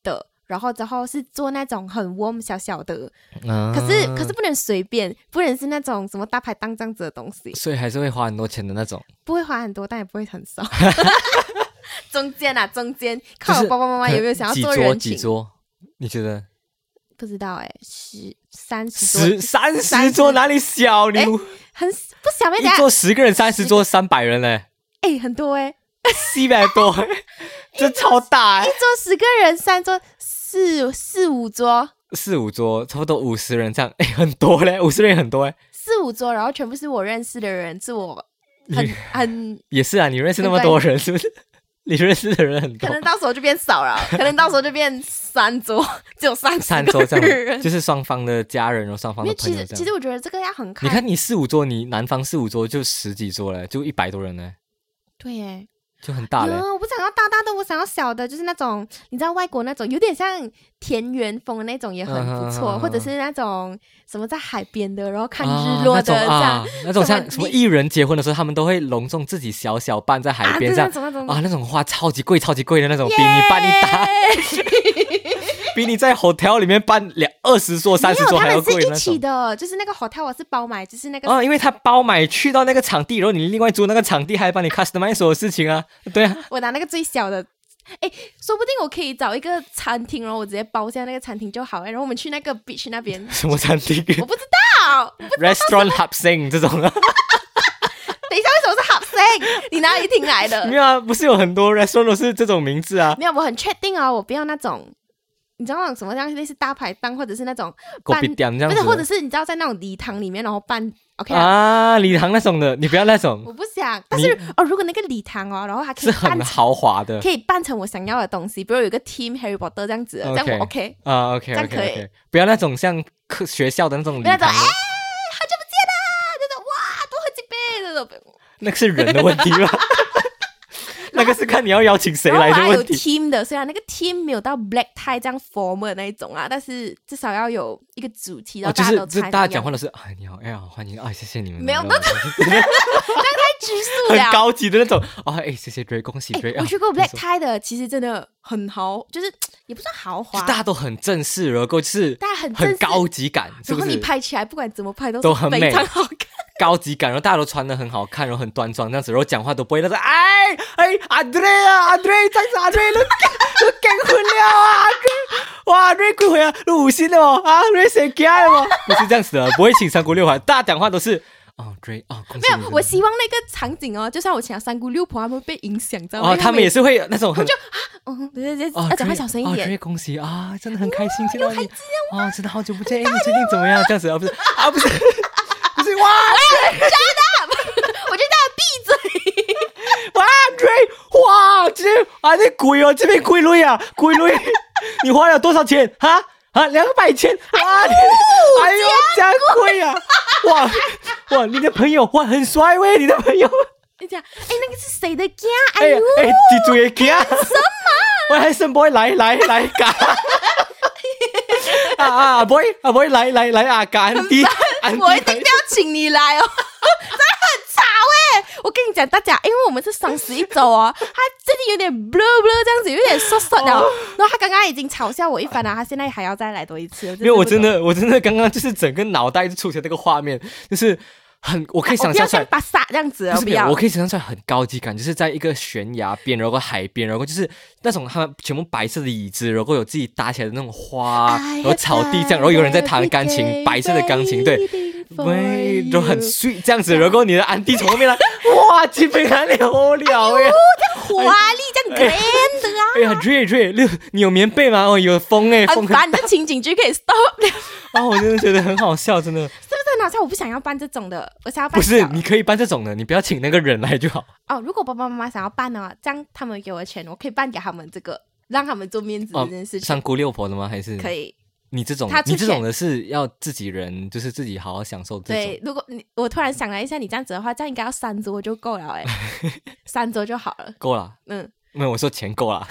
的，然后之后是做那种很 warm 小小的，
啊
可是、可是，不能随便，不能是那种什么大排档这样子的东西，
所以还是会花很多钱的那种。
不会花很多，但也不会 很少。中间啊，中间看
就是
我爸爸妈妈有没有想要做人
几
情，
桌？几桌？你觉得
不知道哎、十三十
十
桌
三十
30
桌哪里小？你
哎很不小没
一
等下
桌十个人，三十桌三百人嘞，
哎、很多哎、
四百 多，这超大
一！
哎
桌十个人，三桌四四五桌，
四五桌差不多五十人这样，哎， 很多嘞，五十人也很多哎。
四五桌，然后全部是我认识的人，是我很
你
很
也是啊，你认识那么多人是不是？ 你认识的人很
可
多
能，到时候就变少 了，可能到时候就变三桌，只有三
三桌
桌
这样，
人。
就是双方的家人，然后双方
因为
的
其
朋友
实
这
其
样
实。我觉得这个要很看，
你看你四五桌，你南方四五桌就十几桌嘞，就一百多人嘞，
对耶，
就很大嘞。
哟我不想要大大的，我想要小的，就是那种你知道外国那种有点像田园风的那种也很不错，
嗯
或者是那种什么在海边的，然后看
啊
日落的这
那种
样
啊，那种
什么
像什么
你
艺人结婚的时候，他们都会隆重自己小小办在海边
对
这样
那。种那种
啊，那种花超级贵、超级贵的那种，比你办一打，比你在 hotel 里面办两二十桌、三十
没有，
桌
他
还要
们是
贵的
一
那
起
种。
的，就是那个 hotel 我是包买，就是那个、
啊，因为他包买去到那个场地，然后你另外租那个场地，还帮你 customize 所有事情啊。对啊，
我拿那个最小的。哎，说不定我可以找一个餐厅，然后我直接包下那个餐厅就好了。哎然后我们去那个 beach 那
，
边
什么餐厅
我不知道。
，restaurant hub sing 这 种啊，
等一下，为什么是 hot sing？你哪里听来的
没？有啊，不是有很多 restaurant 都是这种名 字啊，
没有，我很确定哦，我不要那种，你知道那种什么样类似大排档，或者是那种
狗
半
比点这
不是，或者
样子
是你知道在那种礼堂里面，然后办 OK 啦
啊，礼堂那种的，你不要那种，
我不想。但是哦，如果那个礼堂哦，然后还可
是
以办
很豪华 的
可以扮成我想要的东西，比如有一个 team Harry Potter 这样子的
OK
这样我 OK。
啊。OK
这样
OK
可以
OK，不要那种像课学校的那种礼
不要那
堂
种哎，
的，
好久不见啦，那种哇，多喝几杯那种。
那个是人的问题 吧？那个是看你要邀请谁
然后
来
我还
的
有
问题。
team 的，虽然那个 team 没有到 black tie 这样 formal 的那一种啊，但是至少要有一个主题，然后
哦，
大
就
家
是
都
这
猜
大家
一样
讲话都是哎你好，哎呀欢迎，哎谢谢你们，
没有
你知道吗
太拘束
很
了。
高级的那种哦，哎谢谢 Dray，恭喜 Dray，
哎，
啊
我去过 black
那种
tie 的，其实真的很豪，就是也不算豪
就
华，
啊大家都很正式，然后就是
大家很正
很
式
高级感，是
然后
不是？
你拍起来不管怎么拍都
都
是
很
非
美
常好看。
高级感，然后大家都穿的很好看，然后很端庄这样子，然后讲话都不会那种哎哎阿瑞啊阿瑞，再是阿瑞，都都结婚了啊阿瑞，哇阿瑞归回啊，都五星了哦啊瑞谁家了哦，不是这样子的，不会请三姑六婆，大家讲话都是哦瑞哦，恭
没
喜你
有，
们
我希望那个场景哦，就算我请了三姑六婆，他们会被影响，知道吗？因
哦
为
他们也
是，
是会有那种很
嗯，对对
哦
对，要讲话
Dray，
小声
哦
一点。
Dray，恭喜啊，真的很开心见到你哦，真的好久不见，哎你最近怎么样？这样子啊不是啊不是 不是哇
我就大家闭嘴。
哇，追哇，这啊这鬼哦，这边鬼累啊，鬼 累，你花了多少钱哈？啊，两百千啊！你
哦
哎呦，真贵啊！哇哇，你的朋友哇很帅喂，你的朋友
你讲，哎，那个是谁的家？哎
哎呀
呦，，
哎，记住也干什么？喂，还是 boy 来来来干。 啊啊啊，boy 啊 boy 来来来啊，干弟，安
我一定
迪
不要请你来哦， 真的很吵哎、我跟你讲，大家，因为我们是双十一周哦， 他最近有点 blue blue 这样子，有点缩缩的哦、然后他刚刚已经嘲笑我一番啊了，他现在还要再来多一次。
因为我真
的
的我真的刚刚就是整个脑袋就出现那个画面，就是很我可以
不懂，我
想
不要
象出
像
来。
巴萨这样子，
不是
啊不
没有
要，
我可以想象出来很高级感，就是在一个悬崖边，然后海边，然后就是那种他们全部白色的椅子，然后有自己搭起来的那种
哎
花，然后草啊地这样，然后有人在弹钢琴，白色的钢琴，对，喂，
喂，
都很 sweet 这样子。如果你的安迪从后面来，哇，几瓶安利好 了哎，
华丽这样 grand 的啊，
哎呀，瑞瑞，六，你有棉被吗？哦，有风 哎，
很
风很
烦，这情景剧可以 stop 了，是
啊，我真的觉得很好笑， 真的。
不是很好笑？我不想要办这种的，我想要办
不是
小，
你可以办这种的，你不要请那个人来就好。
哦，如果爸爸妈妈想要办的话，这样他们给我钱，我可以办给他们这个，让他们做面子
哦
这件事情，
三姑六婆的吗？还是
可？以。
你这种
他，出
你这种
钱
的是要自己人，就是自己好好享受这种。
对，如果你我突然想了一下，你这样子的话，这样应该要三桌就够了哎、三桌就好了。
够了，
嗯，
没有，我说钱够了。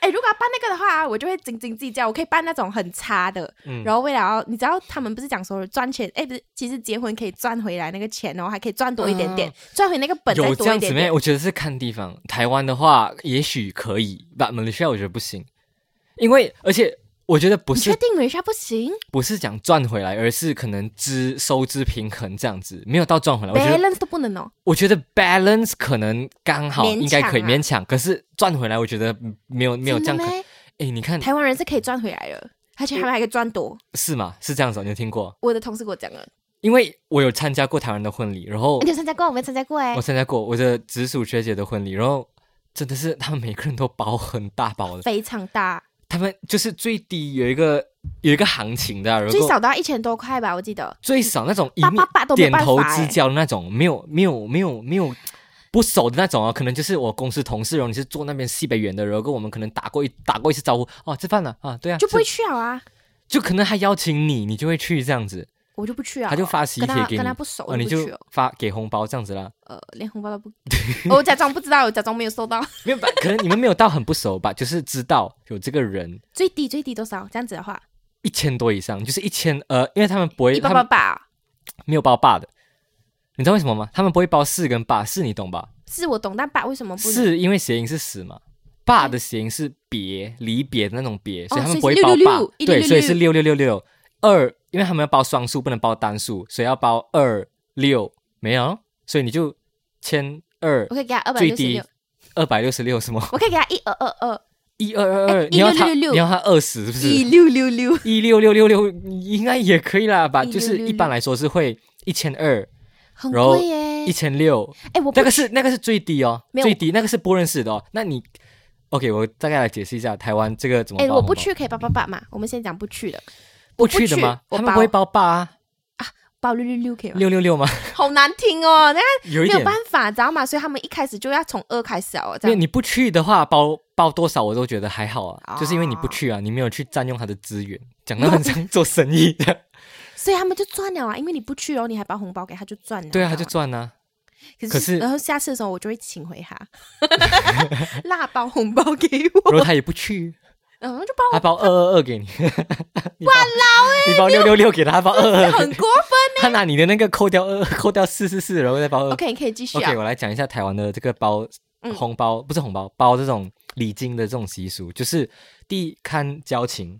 哎、如果要办那个的话，我就会斤斤计较，我可以办那种很差的，
嗯
然后为了要你知道他们不是讲说赚钱，哎、不是，其实结婚可以赚回来那个钱，然后还可以赚多一点点，赚回那个本再
嗯有这
多一
样子
点
没？
点。
我觉得是看地方。台湾的话，也许可以，但马来西亚我觉得不行，因为而且我觉得不
你确
是
定人家不行
不是讲赚回来，而是可能支收支平衡这样子，没有到赚回来。我觉得
？balance 都不能哦。
我觉得 balance 可能刚好
勉强
应该可以
啊
勉强，可是赚回来我觉得没有没有这
真
样可
的
能。
咩
哎，你看
台湾人是可以赚回来的，而且他们还可以赚多。
是吗？是这样子哦，你有听过？
我的同事给我讲了，
因为我有参加过台湾的婚礼，然后
你有参加过？我没参加过哎、
我参加过我的直属学姐的婚礼，然后真的是他们每个人都包很大包的，
非常大，
他们就是最低有一个有一个行情的啊，如
最
果
少都要一千多块吧，我记得。
最少那种一
八
面
八八都没
点
办
头
法、
之
欸，
交的那种，没有没有没有没有不熟的那种啊，可能就是我公司同事，然后你是坐那边西北远的，然后我们可能打过一打过一次招呼，哦，吃饭了啊，对啊，
就不会
吃
去了啊，
就可能他邀请你，你就会去这样子，
我就不去啊。
他就发喜帖
跟他
给
跟他
你。
不熟，
哦，
我
你
就不
就
去了。
发给红包这样子啦，
呃，连红包都不， 我假装不知道，我假装没有收到。
没有吧，可能你们没有到很不熟吧，就是知道有这个人
最低最低多少？这样子的话，
一千多以上，就是一千呃，因为他们不会，
一
他
八
们
八啊八，
没有包爸的，你知道为什么吗？他们不会包四跟八，四你懂吧？
是我懂，但八为什么不能？
四因为谐音是死嘛，爸的谐音是别离别的那种别，所以他们不会
哦所
包
以是
爸
666，一
对，
666
所以是六六六六二，因为他们要包双数，不能包单数，所以要包二六，没有，所以你就千二
我可以给他二百
最
六十
低
六，
二百六十六什么
我可以给他一二二二
一二二二，
哎
你要他
1666
你要他二十是不
一
是？
六六六。
一六六六六应该也可以啦吧，就是
1666
一般来说是会一千二、
很
然后
贵耶、
一千六，
哎、我不
那个是那个是最低哦，
没有
最低那个是不认识的哦。那你 OK，我大概来解释一下台湾这个怎么
哎、
包
我
红
不
包，
去可以八八八嘛？我们先讲不去的，
不
去
去的吗？
我
他们不会包八啊
包六六六可以吗？
六六六 吗？
好难听哦，那
有一
没有
点，
办法，知道吗？所以他们一开始就要从二开始啊，这
因为
样
你不去的话，包包多少我都觉得还好啊，
啊
就是因为你不去啊，你没有去占用他的资源，讲到很像做生意 的，
所以他们就赚了啊，因为你不去哦，你还包红包给他就赚了。
对啊，他
知
就
道吗
赚啊。可
可
是
然后下次的时候我就会请回他， 辣包红包给我，
如果他也不去，
然后就包
他包二二二给你， 哇老哎，你包六六六给他，他包二二
我，
二给
很
你，
过分。
他拿你的那个扣掉二， 扣掉四四四，然后再包二。
OK，你可以继续啊
OK，我来讲一下台湾的这个包
嗯
红包，不是红包，包这种礼金的这种习俗，就是第一看交情，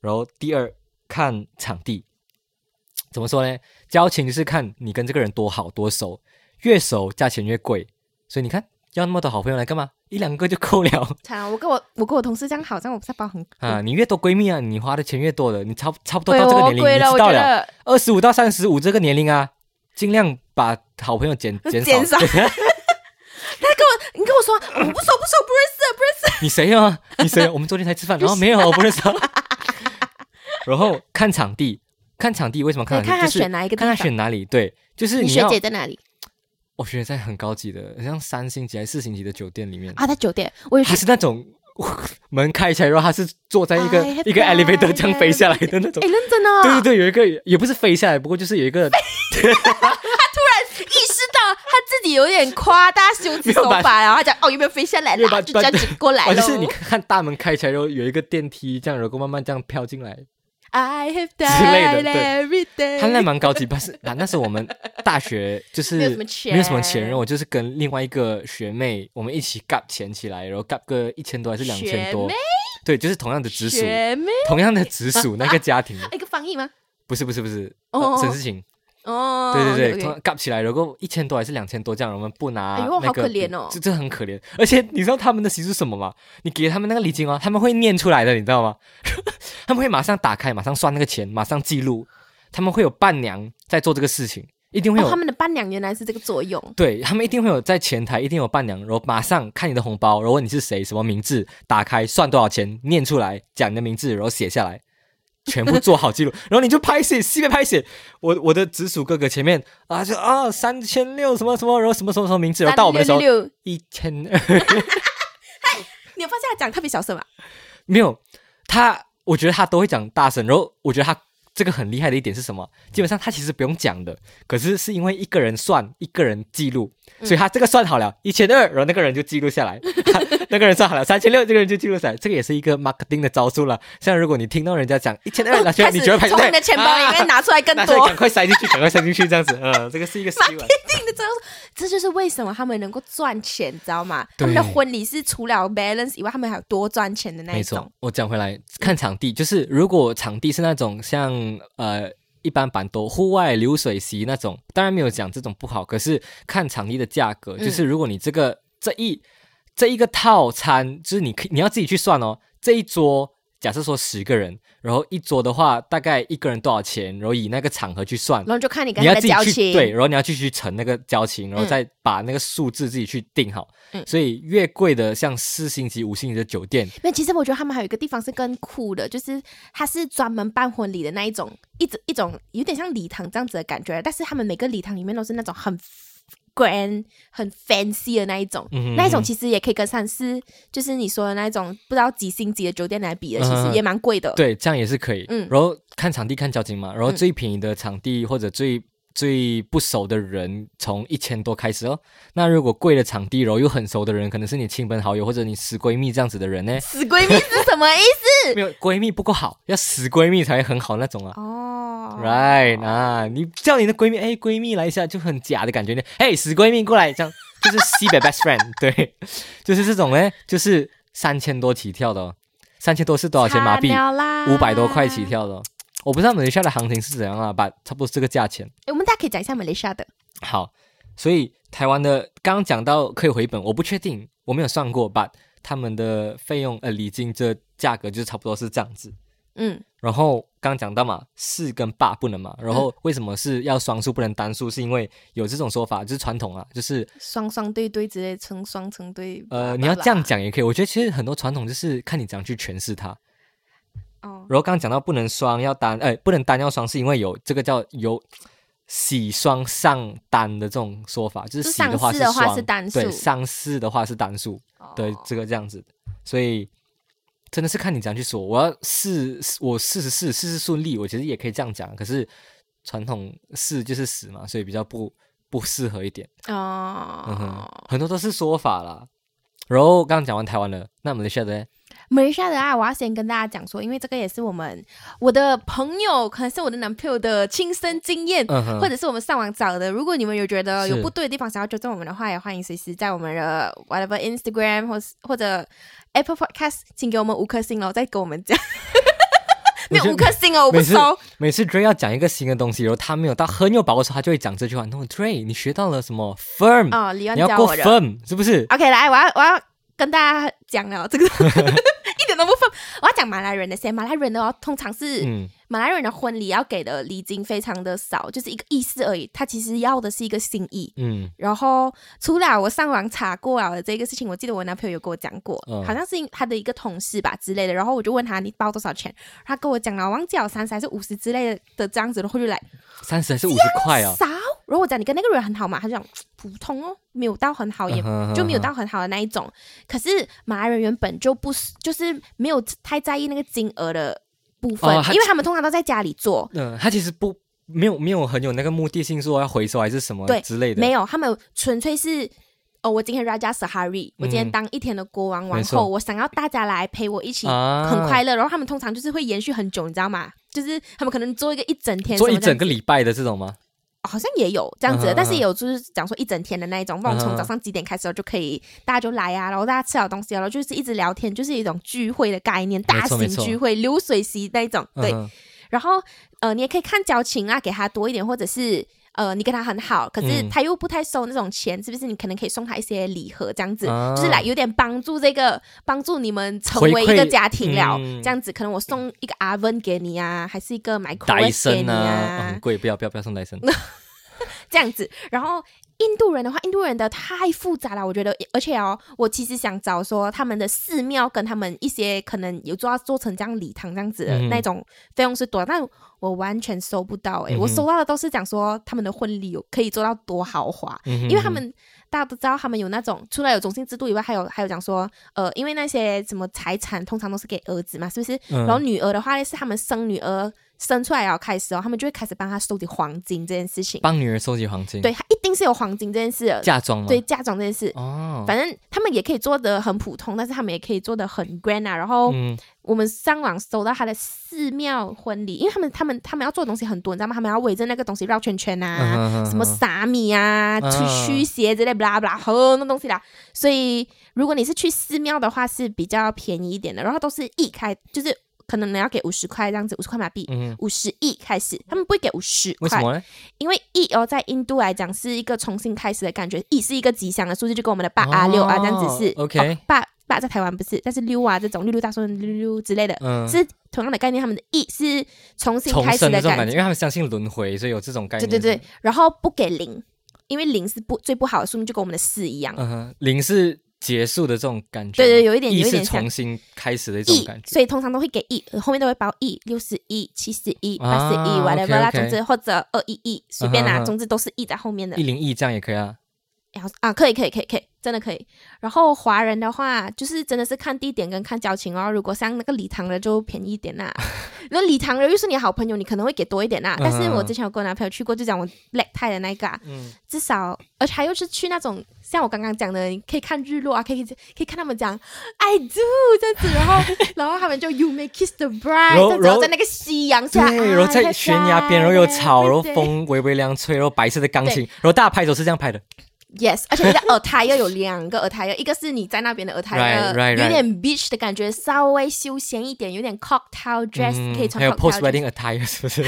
然后第二看场地。怎么说呢？交情就是看你跟这个人多好多熟，越熟价钱越贵。所以你看，要那么多好朋友来干嘛？一两个就够 了
惨了，我跟我我跟我同事这样好，这样我不是包很
啊！你越多闺蜜啊，你花的钱越多的，你差不差不多
贵
到这个
哦，
年龄，
贵
你
了，
知
我
道
觉
了，
得
二十五到三十五这个年龄啊，尽量把好朋友减减少。
呃减少他跟我，你跟我说我不熟不熟，不认识不认识。
你谁啊？你谁啊？我们昨天才 吃饭，然后没有，我不认识啊。 然后看场地，看场地为什么看
对，
场地？
看他
就是
选哪一个地
看他
方。
选哪里。对，就是
你
你
学
要，
姐在哪里
我学姐在很高级的，很像三星级还是四星级的酒店里面，
啊？在酒店，我有
它
去。
是那种 门开起来，然后它是坐在一个
I have
一个
died
elevator 这样飞下来的那种
哎哎，。认真哦。
对对对，有一个也不是飞下来，不过就是有一个
突然意识到他自己有点夸大修辞手
没有
法，
把
然后他讲哦有没有飞下来
没有
啦，
把
就这样子过来了。
哦，就是你看大门开起来，然后有一个电梯这样，然后慢慢这样飘进来，
I have
类
died
的
every day。
他那蛮高级，但是啊，那时候我们大学就 是
没有什么钱
没有什么钱，然后我就是跟另外一个学妹，我们一起 gap 钱起来，然后 gap 个一千多还是两千
学
多
妹，
对，就是同样的直属，
学妹，
同样的直 属那个家庭，
一个翻译吗？
不是不是不是，
哦
呃沈世情，
哦，
对对对，
OK，OK
同样 gap 起来，然后一千多还是两千多这样，我们不拿
哎呦
那个，
好可怜哦
这这很可怜，而且你知道他们的习俗是什么吗？你给他们那个礼金哦，他们会念出来的，你知道吗？ 他们会马上打开，马上算那个钱，马上记录，他们会有伴娘在做这个事情。一定会有、
哦，他们的伴娘原来是这个作用。
对他们一定会有在前台，一定有伴娘，然后马上看你的红包，然后问你是谁，什么名字，打开算多少钱，念出来，讲你的名字，然后写下来，全部做好记录，然后你就拍写，细面拍写。我我的直属哥哥前面啊就啊三千六什么什么，然后什么什么什么名字，然后到我们的时候
366
一千
你有发现他讲特别小声吗？
没有，他我觉得他都会讲大声，然后我觉得他这个很厉害的一点是什么？基本上他其实不用讲的，可是是因为一个人算，一个人记录，
嗯
所以他这个算好了一千二，1200, 然后那个人就记录下来，他那个人算好了三千六，这个人就记录下来，这个也是一个 marketing 的招数了。像如果你听到人家讲一千二，那就
开
你
始
觉得排
从
队啊
你的钱包里面拿出来更
拿 出来
多
赶。快塞进去，赶快塞进去，这样子，嗯，这个是一个 skill 啊。
定的这样说，这就是为什么他们能够赚钱，你知道吗？他
对
们的婚礼是除了 balance 以外，他们还有多赚钱的那
没
一
错
种。，嗯
我讲回来，看场地，就是如果场地是那种像呃一般板多户外流水席那种，当然没有讲这种不好，可是看场地的价格，就是
嗯
如果你这个这一这一个套餐，就是你可以你要自己去算哦，这一桌。假设说十个人，然后一桌的话，大概一个人多少钱？然后以那个场合去算
然，后就看你跟
你
他
要
的
自
交
己去
情。
对，然后你要继续乘那个交情，然后
嗯
再把那个数字自己去定好。
嗯
所以越贵的，像四星级、五星级的酒店，
那其实我觉得他们还有一个地方是更酷的，就是它是专门办婚礼的那一种，一直一种有点像礼堂这样子的感觉，但是他们每个礼堂里面都是那种很 grand、很 fancy 的那一种，
嗯哼
那一种
嗯哼
其实也可以跟上次就是你说的那一种不知道几星级的酒店来比的，其
嗯
实也蛮贵的。
对，这样也是可以。
嗯
然后看场地看交情嘛，然后
嗯，
最便宜的场地或者最最不熟的人，从一千多开始哦。那如果贵的场地，然后又很熟的人，可能是你亲朋好友或者你死闺蜜这样子的人呢
死闺蜜是什么意 思？
没有闺蜜不够好，要死闺蜜才会很好那种啊。
哦
Right 啊，你叫你的闺蜜，哎，闺蜜来一下就很假的感觉呢。哎，死闺蜜过来，这样就是西北 best friend，对， 就是这种呢，就是三千多起跳的、哦，三千多是多少钱马币？五百多块起
跳。
跳的。哦我不知道马来西亚的行情是怎样啊，把差不多这个价钱。
哎诶我们大家可以讲一下马来西亚的，
好，所以台湾的刚刚讲到可以回本，我不确定，我没有算过，把他们的费用呃礼金这价格就差不多是这样子。
嗯，
然后刚讲到嘛，四跟八不能嘛，然后为什么是要双数不能单数？是因为有这种说法，就是传统啊，就是
双双对对之类，成双成对。
呃，
blah
你要
blah
这
blah
样讲也可以。我觉得其实很多传统就是看你怎样去诠释它。
哦，
然后刚刚讲到不能双要单，哎，不能单要双，是因为有这个叫有喜双上单的这种说法，就是
就
喜的
上
话
市
是
的话
双，
是单数
对，上市的话是单数对，
哦
这个这样子的，所以真的是看你怎样去说。我要试，我四十四，事事顺利，我其实也可以这样讲，可是传统四就是十嘛，所以比较不不适合一点。嗯哼
哦，，
很多都是说法啦。然后刚刚讲完台湾了，那我们的下的嘞
马来西亚的啊，我要先跟大家讲说，因为这个也是我们我的朋友，可能是我的男朋友的亲身经验，
嗯哼，
或者是我们上网找的。如果你们有觉得有
是
不对的地方，想要纠正我们的话，也欢迎随时在我们的 whatever Instagram 或是或者 Apple Podcast，请给我们五颗星哦，再跟我们 讲。没有
我觉得
五颗星哦，我不
每次
收。
每次 Dray 要讲一个新的东西，然后他没有到很有把握的时候，他就会讲这句话。那、no, Dray，你学到了什么 firm？、
哦，李安
嗯你要
教
过
我的。啊
firm 是不是？
OK，来，我要我要跟大家讲了，这个 一点都不分。我要讲马来人的先，马来人的哦，通常是、
嗯，
马来人的婚礼要给的礼金非常的少，就是一个意思而已，他其实要的是一个心意。
嗯
然后除了我上网查过了这个事情，我记得我男朋友有跟我讲过，
嗯
好像是他的一个同事吧之类的。然后我就问他你包多少钱，他跟我讲了，我忘记了三十还是五十之类的的这样子，然后就来
三十还是五十块哦？
少。然后我讲你跟那个人很好嘛，他就讲普通哦，没有到很好，也
嗯哼
就没有到很好的那一种。可是马来人原本就不是，就是没有太在意那个金额的部分，
哦他
因为他们通常都在家里做。
嗯，他其实不没有没有很有那个目的性，说要回收还是什么
对
之类的，
没有，他们纯粹是哦，我今天 Raja Sahari，我今天
嗯
当一天的国王
没
王
错
后，我想要大家来陪我一起
啊，
很快乐。然后他们通常就是会延续很久，你知道吗？就是他们可能做一个一整天，
做
什
一
么这样
整个
子
礼拜的这种吗？
哦好像也有这样子的，
嗯哼
但是
嗯哼
也有就是讲说一整天的那一种，不然我
嗯
从
哼
早上几点开始我就可以，大家就来啊，然后大家吃好东西啊，然后就是一直聊天，就是一种聚会的概念，大型
错没错
聚会、流水席那一种。对，
嗯哼
然后呃，你也可以看交情啊，给他多一点，或者是呃，你跟他很好，可是
嗯
他又不太收那种钱，是不是？你可能可以送他一些礼盒这样子，
啊
就是来有点帮助这个帮助你们成
回
为一个
馈
家庭了，
嗯
这样子可能我送一个 oven 给你啊，还是一个 microwave
戴
给
森
你
啊，哦很贵，不要不要不要送戴森，
这样子。然后印度人的话，印度人的太复杂了，我觉得，而且哦，我其实想找说他们的寺庙跟他们一些可能有做到做成这样礼堂这样子的、
嗯
那种费用是多，但我完全收不到诶、
嗯哼
我收到的都是讲说他们的婚礼有可以做到多豪华。
因
因为他们大家都知道，他们有那种除了有种姓制度以外，还有还有讲说，呃，因为那些什么财产通常都是给儿子嘛，是不是？
嗯
然后女儿的话呢，是他们生女儿生出来然后开始哦，他们就会开始帮她收集黄金这件事情。
帮女儿收集黄金，
对，，它一定是有黄金这件事的，
嫁妆吗？
对，嫁妆这件事。
哦，
反正他们也可以做的很普通，但是他们也可以做的很 grand 啊。然后
嗯
我们上网搜到他的寺庙婚礼，因为他们他们他们要做的东西很多，你知道吗？他们要围着那个东西绕圈圈啊，
嗯
什么
嗯
撒米啊、
嗯
去驱邪之类，b l a 很多东西啦。所以如果你是去寺庙的话，是比较便宜一点的，然后都是一开，就是可能你要给五十块这样子，五十块马币，
嗯，嗯
五十亿开始，他们不会给五十块。
为什么呢？
因为一哦，在印度来讲是一个重新开始的感觉，一是一个吉祥的数字，就跟我们的八啊、
哦
六啊这样子是。
OK
哦八八在台湾不是，但是六啊这种六六大顺六六之类的，
嗯，
是同样的概念。他们的一是重新
重
开始
生的
的
这种
感
觉，因为他们相信轮回，所以有这种概
对
念。
对对，，然后不给零，因为零是不最不好的数字，就跟我们的四一样。
嗯哼，零是结束的这种感觉
对
吗，
对有一点
意
有一
识
点像
重新开始的一种
一
感，觉。
所以通常都会给一，后面都会包一，六十一、七十一、八十一
啊
，whatever 啦，
OK，OK
总之或者二一一，随便
嗯哼
啦，
哼
总之都是一在后面的
一。零一这样也可以啊，
哎好啊，可以可以可以可以，真的可以。然后华人的话，就是真的是看地点跟看交情哦。如果像那个礼堂的就便宜一点啦、 那礼堂的又是你的好朋友，你可能会给多一点啦、但是我之前有跟我男朋友去过，就讲我 black tie 的那一个、啊，
嗯，
至少而且还又是去那种像我刚刚讲的，你可以看日落啊，可以可以看他们讲 I do 这样子，然后 然后他们就 You may kiss the bride，
然后
这样子
然
然
后
后在那个夕阳下，啊
对，然后在悬崖边，然后有草，然后
风。对
风微微凉吹，然后白色的钢琴，然后大家拍手是这样拍的，
Yes，而且你的耳胎又有两个耳胎，一个是你在那边的耳胎
Right, right, right.
有点 beach 的感觉，稍微休闲一点，有点 cocktail dress、可以
嗯，
穿
还有
cocktail dress。
post wedding attire 是不是？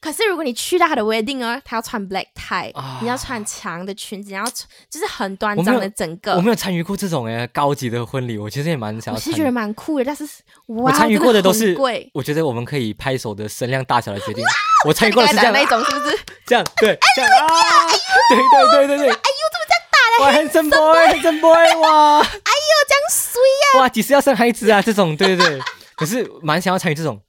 可是如果你去到他的 wedding 哦，他要穿 black tie，、
啊
你要穿长的裙子，然后穿就是很端
我没
庄
有
的整
我
个。
没有参与过这种诶高级的婚礼，我其实也蛮想
我
要
是
参
觉得
与。
蛮酷的，但是
我
哇，
参与过的都是
真很贵，，
我觉得我们可以拍手的声量大小来决定。我参与过的是这
的
样
那一种， 是不是？哦
这样对，这样啊，对对对对对，哎呦，怎么这样打嘞？哇，handsome boy，handsome boy，哇哎
这样衰啊呀、
哇，几时要生孩子啊？这种，对对 对，可是蛮想要参与这种。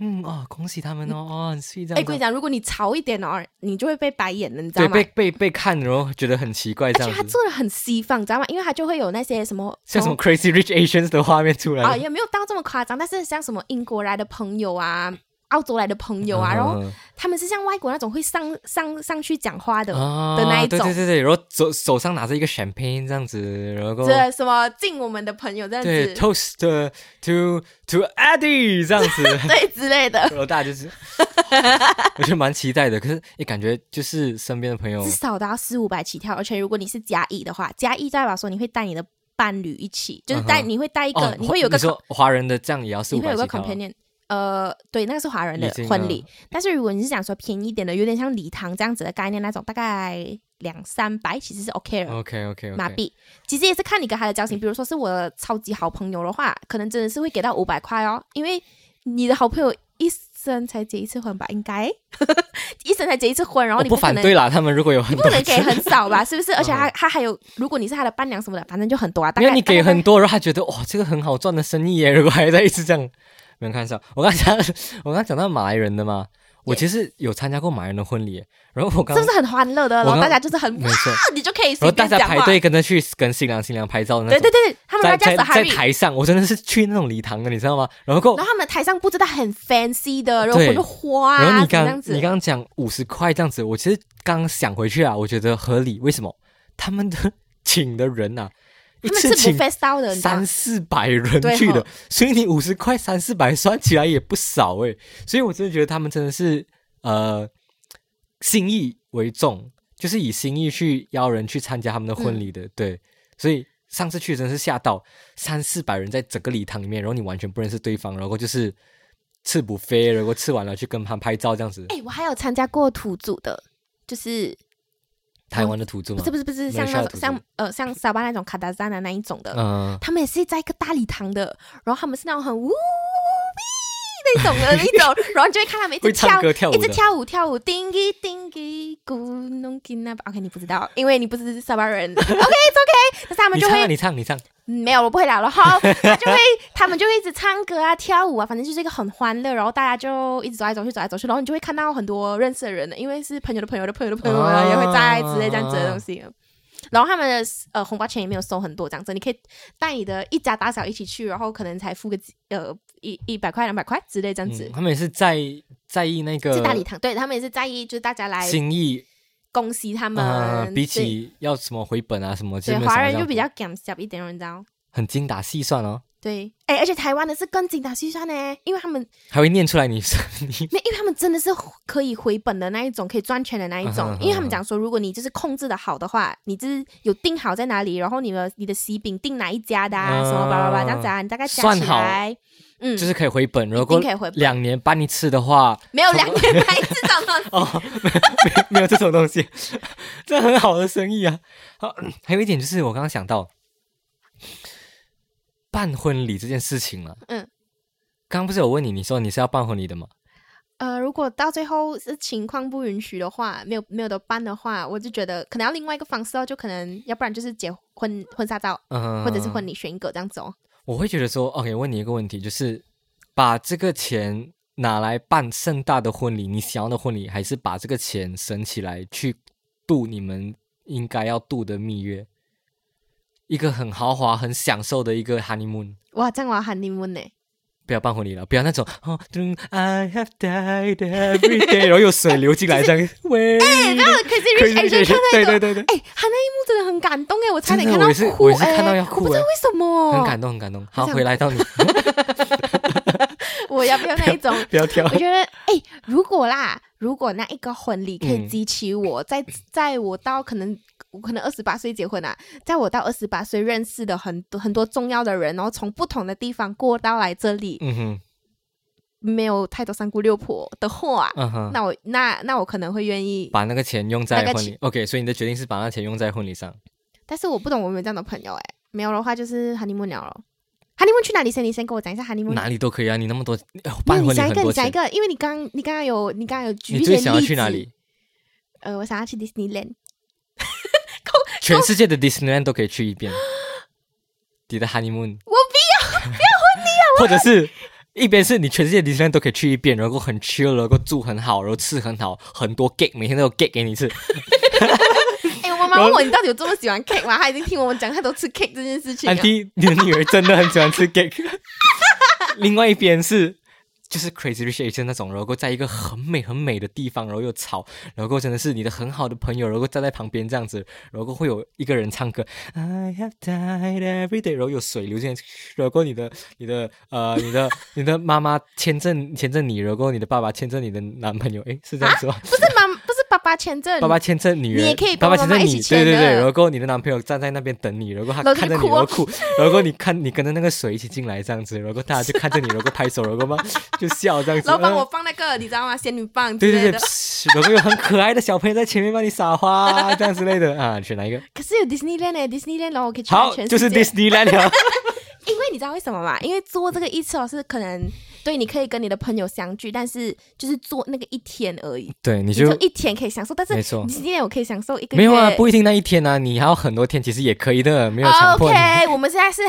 嗯哦，恭喜他们哦，哦，很 sweet 这
哎，
样
我跟你
子。
讲，如果你吵一点哦，你就会被白眼了，你知道
对，
吗
被？被被看，然后觉得很奇怪这
而且他
样子，
做的很西方，你知道吗？因为他就会有那些什么
像什么 Crazy Rich Asians 的画面出来。
啊，也没有到这么夸张，但是像什么英国来的朋友 啊。澳洲来的朋友
嗯
啊，然后他们是像外国那种会上上上去讲话的，
啊
的那一种
对对对对，然后手手上拿着一个 champagne 这样子，然后
这什么敬我们的朋友这样
对
子，
toast to to to Eddie 这样子，
对之类的。
然后大家就是，我觉得蛮期待的。可是也感觉就是身边的朋友
至少都要四五百起跳，而且如果你是加一的话，加一代表说你会带你的伴侣一起，就是带、
嗯哼
你会带一个，
哦，
你会有一个
你说华人的这样也要四
你
五
会有
百
个
起跳啊
companion。呃，对，那个是华人的
已经
婚礼，但是如果你是想说便宜一点的，有点像礼堂这样子的概念那种，大概两三百其实是 OK 的。
OK OK 嗯 OK，
麻痹。其实也是看你跟他的交情，比如说是我的超级好朋友的话，可能真的是会给到五百块哦，因为你的好朋友一生才结一次婚吧，应该 一生才结一次婚，然后
我
你
不
可
反
能
对啦，他们如果有很
你
多
不，能给很少 吧，是不是？而且
嗯
他他还有，如果你是他的伴娘什么的，反正就很多啊。大
因为
概
你给很
大概
多，然后他觉得哇，这个很好赚的生意耶，如果还在一直这样，没有看笑。我刚才我刚才讲到马来人的嘛，我其实有参加过马来人的婚礼，然后我刚
是不是很欢乐的？
我
然后
刚
大家就是很
没
哇，
错，
你就可以
然后
随
大
便
家
讲
排
话。
队跟着去跟新郎新娘拍照的那
对
种
对。对，他们
在
人家小
在在
Harry，
台上，我真的是去那种礼堂的，你知道吗？然后过
然后他们的台上布置到很 fancy 的，然后很多花
然
啊
后你
什么样
刚
子
你。刚刚讲五十块这样子，我其实刚想回去啊，我觉得合理。为什么？他们的 请的人呐、啊，一
他们是
次请
buffet style 的，你知道
三
吗
四百人
对
去的
吼，
所以你五十块三四百算起来也不少诶、所以我真的觉得他们真的是呃心意为重，就是以心意去邀人去参加他们的婚礼
嗯
的。对，所以上次去真的是吓到三四百人在整个礼堂里面，然后你完全不认识对方，然后就是吃不飞，然后吃完了去跟他们拍照这样子。
哎，我还有参加过土著的，就是
台湾的土著
不
嘛
是，不是不是像
Malaysia
那
的土
种
著
像呃像沙巴那种卡达赞的那一种的，
嗯、
他们也是在一个大礼堂的，然后他们是那种很呜呜那种的那种，然后你就会看他们一直
会唱
跳，
歌跳舞
一直
的
跳舞跳舞，叮叽叮叽咕弄叽那吧。OK，你不知道，因为你不是沙巴人。OK，it's OK，但是他们
你
就
唱啊，
会
你唱，你唱，
嗯没有，我不会啦。然后 他就会，他们就会一直唱歌啊、跳舞啊，反正就是一个很欢乐。然后大家就一直走来走去、走来走去，然后你就会看到很多认识的人，因为是朋友的朋友的朋友的朋友啊，
哦
也会在之类这样子的东
啊
西。然后他们的呃红包钱也没有收很多，这样子你可以带你的一家大小一起去，然后可能才付个几呃一一百块、两百块之类这样子
嗯，。他们也是在在意那
去
个
大礼堂，对他们也是在意，就是大家来
心意
恭喜他们。
啊，比
对
起要什么回本啊什么，
对
基本上
华人
这
就
样
比较 g a m 一点，你知道？
很精打细算哦，
对，哎，而且台湾的是更精打细算呢，因为他们
还会念出来你 你
没，因为他们真的是可以回本的那一种，可以赚钱的那一种。
嗯哼
因为他们讲说，如果你就是控制的好的话，你就是有定好在哪里，然后你的你的喜饼定哪一家的啊，
嗯
什么叭叭叭这样子啊，你大概加
算
起
好
来，嗯，
就是可以回本。如
一定
果
可以回本
两年办一次的话，
没有两年拍这种东西
哦，没没没有这种东西， 这很好的生意啊。 好，还有一点就是我刚刚想到办婚礼这件事情了。
嗯，
刚刚不是有问你，你说你是要办婚礼的吗？
呃，如果到最后是情况不允许的话，没有没有得办的话，我就觉得可能要另外一个方式哦，就可能要不然就是结婚婚纱照，
嗯，
或者是婚礼选一个这样子哦。
我会觉得说，OK，问你一个问题，就是把这个钱拿来办盛大的婚礼，你想要的婚礼，还是把这个钱省起来去度你们应该要度的蜜月，一个很豪华、很享受的一个 honeymoon。
哇，这样我要喊你们呢。
不要办婚礼了，不要那种哦，Do，I have died every day，然后有水流进来这样。喂，
可是哎 Rich Asian
Crazy Rich Asian，
看那个，
对对对对
哎、他那一幕真的很感动哎，我差点
真
看
的
到
我也是
哭
我也是
哎，
看到要哭
我不知道
哎
为什么，
很感动，很感动。好，
想
回来到你，
我要不要那一种？
不要跳 嗯
我。觉得，哎、如果啦，如果那一个婚礼可以
嗯
激起我，在在我到可能我可能二十八岁结婚啊，在我到二十八岁认识的很多很多重要的人，然后从不同的地方过到来这里，
嗯哼，
没有太多三姑六婆的话，
嗯哼，
那我那那我可能会愿意，
把那个钱用在
那个
婚礼。OK，所以你的决定是把那钱用在婚礼上。
但是我不懂我有没有这样的朋友哎、没有的话就是哈尼木鸟了。哈尼木去哪里先？你先跟我讲一下哈尼木。
哪里都可以啊，你那么多、哎
没有，
办
你
婚礼
想一
很
个，你
多
想一
钱，
个，因为你刚你刚刚有你刚刚有举一些
你最
例子。
想要去哪？里？
呃，我想要去 Disneyland。
全世界的 Disneyland 都可以去一遍。你的 honeymoon，
我啊
或者是一边是你全世界的 Disneyland 都可以去一遍，然后很 chill，然后住很好，然后吃很好，很多 cake，每天都有 cake 给你吃。
哎、我妈妈问我你到底有这么喜欢 cake 吗？她已经听我们讲太多次 cake 这件事情
安
了。
迪，你的女儿真的很喜欢吃 cake。另外一边是。就是 Crazy Rich Asian 那种，然后在一个很美很美的地方，然后又吵，然后真的是你的很好的朋友，然后站在旁边这样子，然后会有一个人唱歌 I have died every day，然后有水流进来，然后你的你的呃你的你的妈妈签证签证你，然后你的爸爸签证你的男朋友，诶，是这样子吗？
不是妈，不是爸爸签证，
爸爸签证女人，
你也可以
爸
帮妈
爸签
妈
证
一
你，
起签
对对对，
的
然后你的男朋友站在那边等你，然后他
然后就
看着你，
哭
然后
哦
哭，然后你看你跟着那个水一起进来这样子，然后大家就看着你，然后拍手，然后嘛就笑这样子，
然后帮我
嗯。
放那个你知道吗？仙女棒之
对
类
对
的
对。，然后有很可爱的小朋友在前面帮你撒花啊，这样之类的啊，选哪一个？
可是有 Disneyland 哎、d i s n e y l a n d 然后我可以去
好，
全
就是 Disneyland 了。
因为你知道为什么吗？因为做这个一次哦，是可能对你可以跟你的朋友相聚，但是就是做那个一天而已，
对，你
你就
就
一天可以享受，但是
没错
Disneyland 我可以享受一个月。
没有啊，不一定那一天啊，你还有很多天，其实也可以的，没有强迫你。
哦
哦
OK，我们现在是，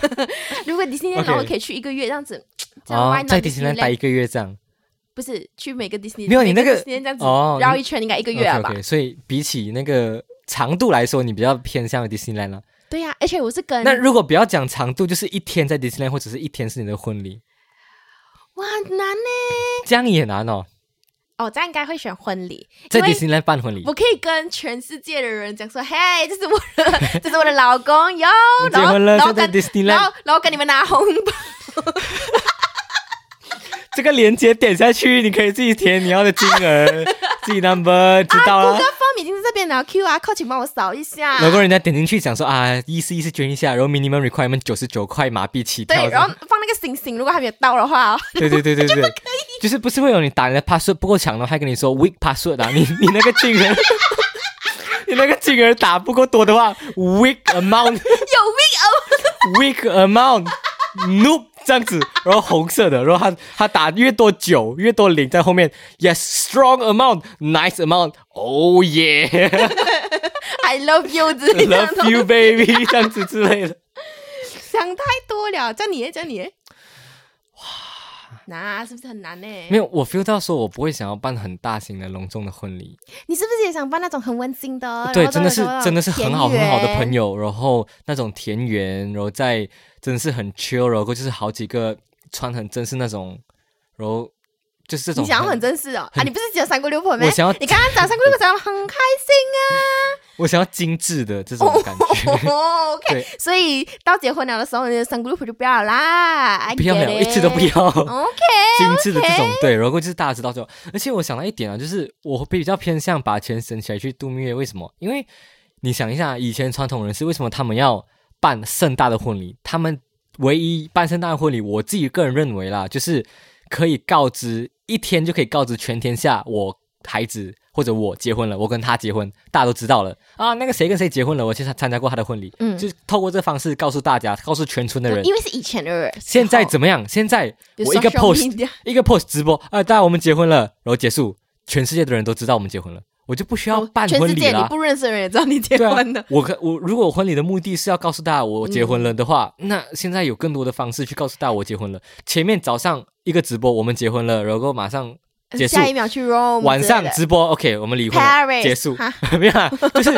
如果迪士尼
OK
然后可以去一个月这样子，这样
哦
why，not
在
Disneyland？
Disneyland 待一个月这样，
不是去每个迪士尼，
没有你那个
每迪士尼这样子
哦
绕一圈，应该一个月了啊
OK
吧？
OK，所以比起那个长度来说，你比较偏向于 Disneyland 了。
对呀、而且我是跟
那如果不要讲长度，就是一天在 Disneyland，或者是一天是你的婚礼，
哇很难呢。
这样也难哦。
哦，这样应该会选婚礼，
在
因为
Disneyland 办婚礼，
我可以跟全世界的人讲说，嘿，这是我的， 这是我的老公哟，
结
然后
婚了，
然后
现在
跟
Disneyland
然后然后跟你们拿红包，
这个链接点下去，你可以自己填你要的金 额，自己 number 知道
啊
啦。
，Google Form 已经在这边了，QR code 请帮我扫一下。
如果人家点进去想说啊，意思意思捐一下，然后 minimum requirement 九十九块马币起跳
对，
这
然
样，
后放那个星星，如果还没有到的话哦，
对对对对对，就是不是会有你打你的 password 不够强的话，还跟你说 weak password 啊，你你那个金额， 你那个金额打不够多的话，weak
有
amount
命哦。
weak amount noob 这样子，然后红色的，然后他他打越多九越多零在后面，yes strong amount nice amount，oh yeah。
I love you 之类的
Love you, baby，这样子之类的。
想太多了。叫你耶，叫你耶，哇，那是不是很难呢？
没有，我 feel 到说我不会想要办很大型的隆重的婚礼。
你是不是也想办那种很温馨的？
对，真的是真的是很好很好的朋
友。
友，然后那种田园，然后在真的是很 chill，然后就是好几个穿很正式那种，然后就是这种。
你想要很，真实哦啊！
很
你不是只有三姑六婆吗？
我想要
你刚刚讲三姑 六婆讲得很开啊心
我想要精致的这种感觉。
啊。哦
对
，OK，所以到结婚了的时候，你的三姑六婆就不要啦，I
不要
get
了，一次都不要。
it。OK， 哎
精致的这种对，然后就是大家知道就，而且我想到一点啊，就是我比较偏向把钱省起来去度蜜月，为什么？因为你想一下，以前传统人士为什么他们要办盛大的婚礼？他们唯一办盛大的婚礼，我自己个人认为啦，就是可以告知一天就可以告知全天下我孩子。或者我结婚了，我跟他结婚，大家都知道了啊。那个谁跟谁结婚了，我去参参加过他的婚礼，
嗯
就是透过这方式告诉大家，告诉全村的人
因。为是以前的人，
现在怎么样？现在
有
我一个
social
post
media
一个 post 直播，啊，大家我们结婚了，然后结束，全世界的人都知道我们结婚了，我就不需要办
哦全
婚
世
礼
界你
啦。
不认识的人也知道你结
对啊
婚了。，
我可我如果我婚礼的目的是要告诉大家我结
嗯
婚了的话，那现在有更多的方式去告诉大家我结婚了。前面早上一个直播我们结婚了，然后马上啊结束
下，一秒去 Rome，
晚上
之类的
直播 OK 我们离婚了
Paris
结束，
哈
没有啦，就是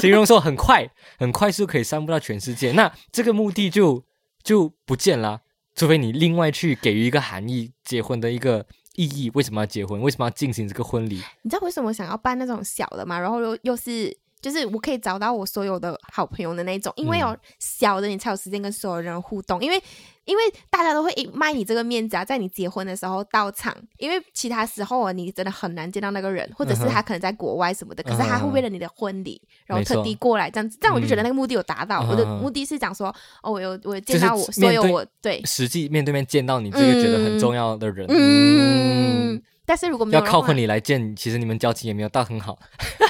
形容说很快很快速可以散布到全世界，那这个目的就就不见啦。除非你另外去给予一个含义，结婚的一个意义，为什么要结婚？为什么要进行这个婚礼？
你知道为什么想要办那种小的吗？然后又又是就是我可以找到我所有的好朋友的那一种，因为哦、
嗯
小的你才有时间跟所有人互动，因为因为大家都会卖你这个面子啊，在你结婚的时候到场，因为其他时候啊你真的很难见到那个人，或者是
嗯哼
他可能在国外什么的，可是他
嗯
会
哼
为了你的婚礼，然后
没错
特地过来这样子，这样我就觉得那个目的有达到。
嗯
我的
嗯嗯
目的是讲说，哦，我有我有
就
见
是
到我所
面
有
对
我对，
实际面对面见到你这个觉得很重要的人，
嗯。
嗯
但是如果没有
要
的
靠
话
婚，礼来见，其实你们交情也没有到很好。啊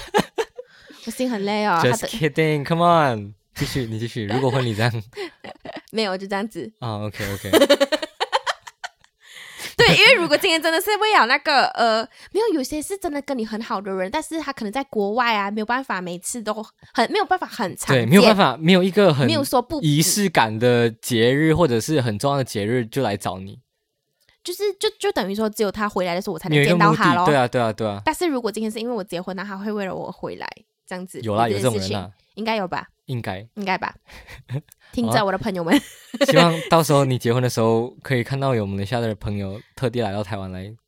我心很累哦。他
Just
的
kidding，come on，继续你继续。如果婚礼这样
没有就这样子，
啊，OK OK，
对，因为如果今天真的是为了那个呃，没有有些是真的跟你很好的人，但是他可能在国外啊，没有办法每次都很没有办法很长，
对，没有办
法，
法，没有一个很
没有说不
仪，式感的节日或者是很重要的节日就来找你，
就是就就等于说只有他回来的时候我才
你有
能
一个
见到
目
他
的，
咯。
对啊，对啊，对啊，
但是如果今天是因为我结婚了，他会为了我回来这样子，
有啦，有这
件
种
事
人
情
啊，
应该有吧，
应该。
应该 吧。啊听着，我的朋友们，
希望到时候你结婚的时候可以看到有马来西亚的朋友特地来到台湾来。
为什么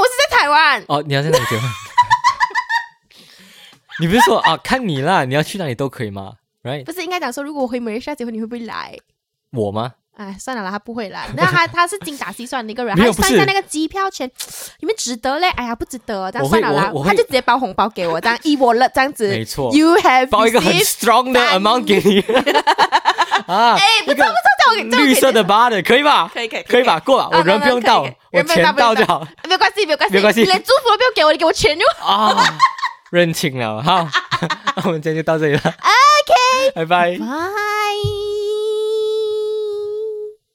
我是在台湾？
哦，你要在哪里结婚？ 你不是说啊，看你啦，你要去哪里都可以吗？Right？
不是应该讲说，如果我回马来西亚结婚，你会不会来？
我吗？
哎，算了啦，他不会来。那他他是精打细算的一 个人，
没
他
有
算
不
一
是
下那个机票钱，你们值得嘞？哎呀，不值得，这样
我会
算了啦
我会我，会
他就直接包红包给我，这样一我了，这样子。
没错
You have
包一个很
received-
strong 的
money
amount 给你啊，
哎，不错不错，
一个
这样我给这样我给
绿色的 bar 的可以吧？
可以可以
可以吧？？过吧，
啊
我人
那
不
那
用
可以
到
可以，
我
人不用
钱
到不用
到就
到
好。
没有关系，没有关系，
没有关系
你连祝福都不用给我，你给我钱就 好。
啊，认清了，好，那我们今天就到这里了，OK，拜拜。
拜。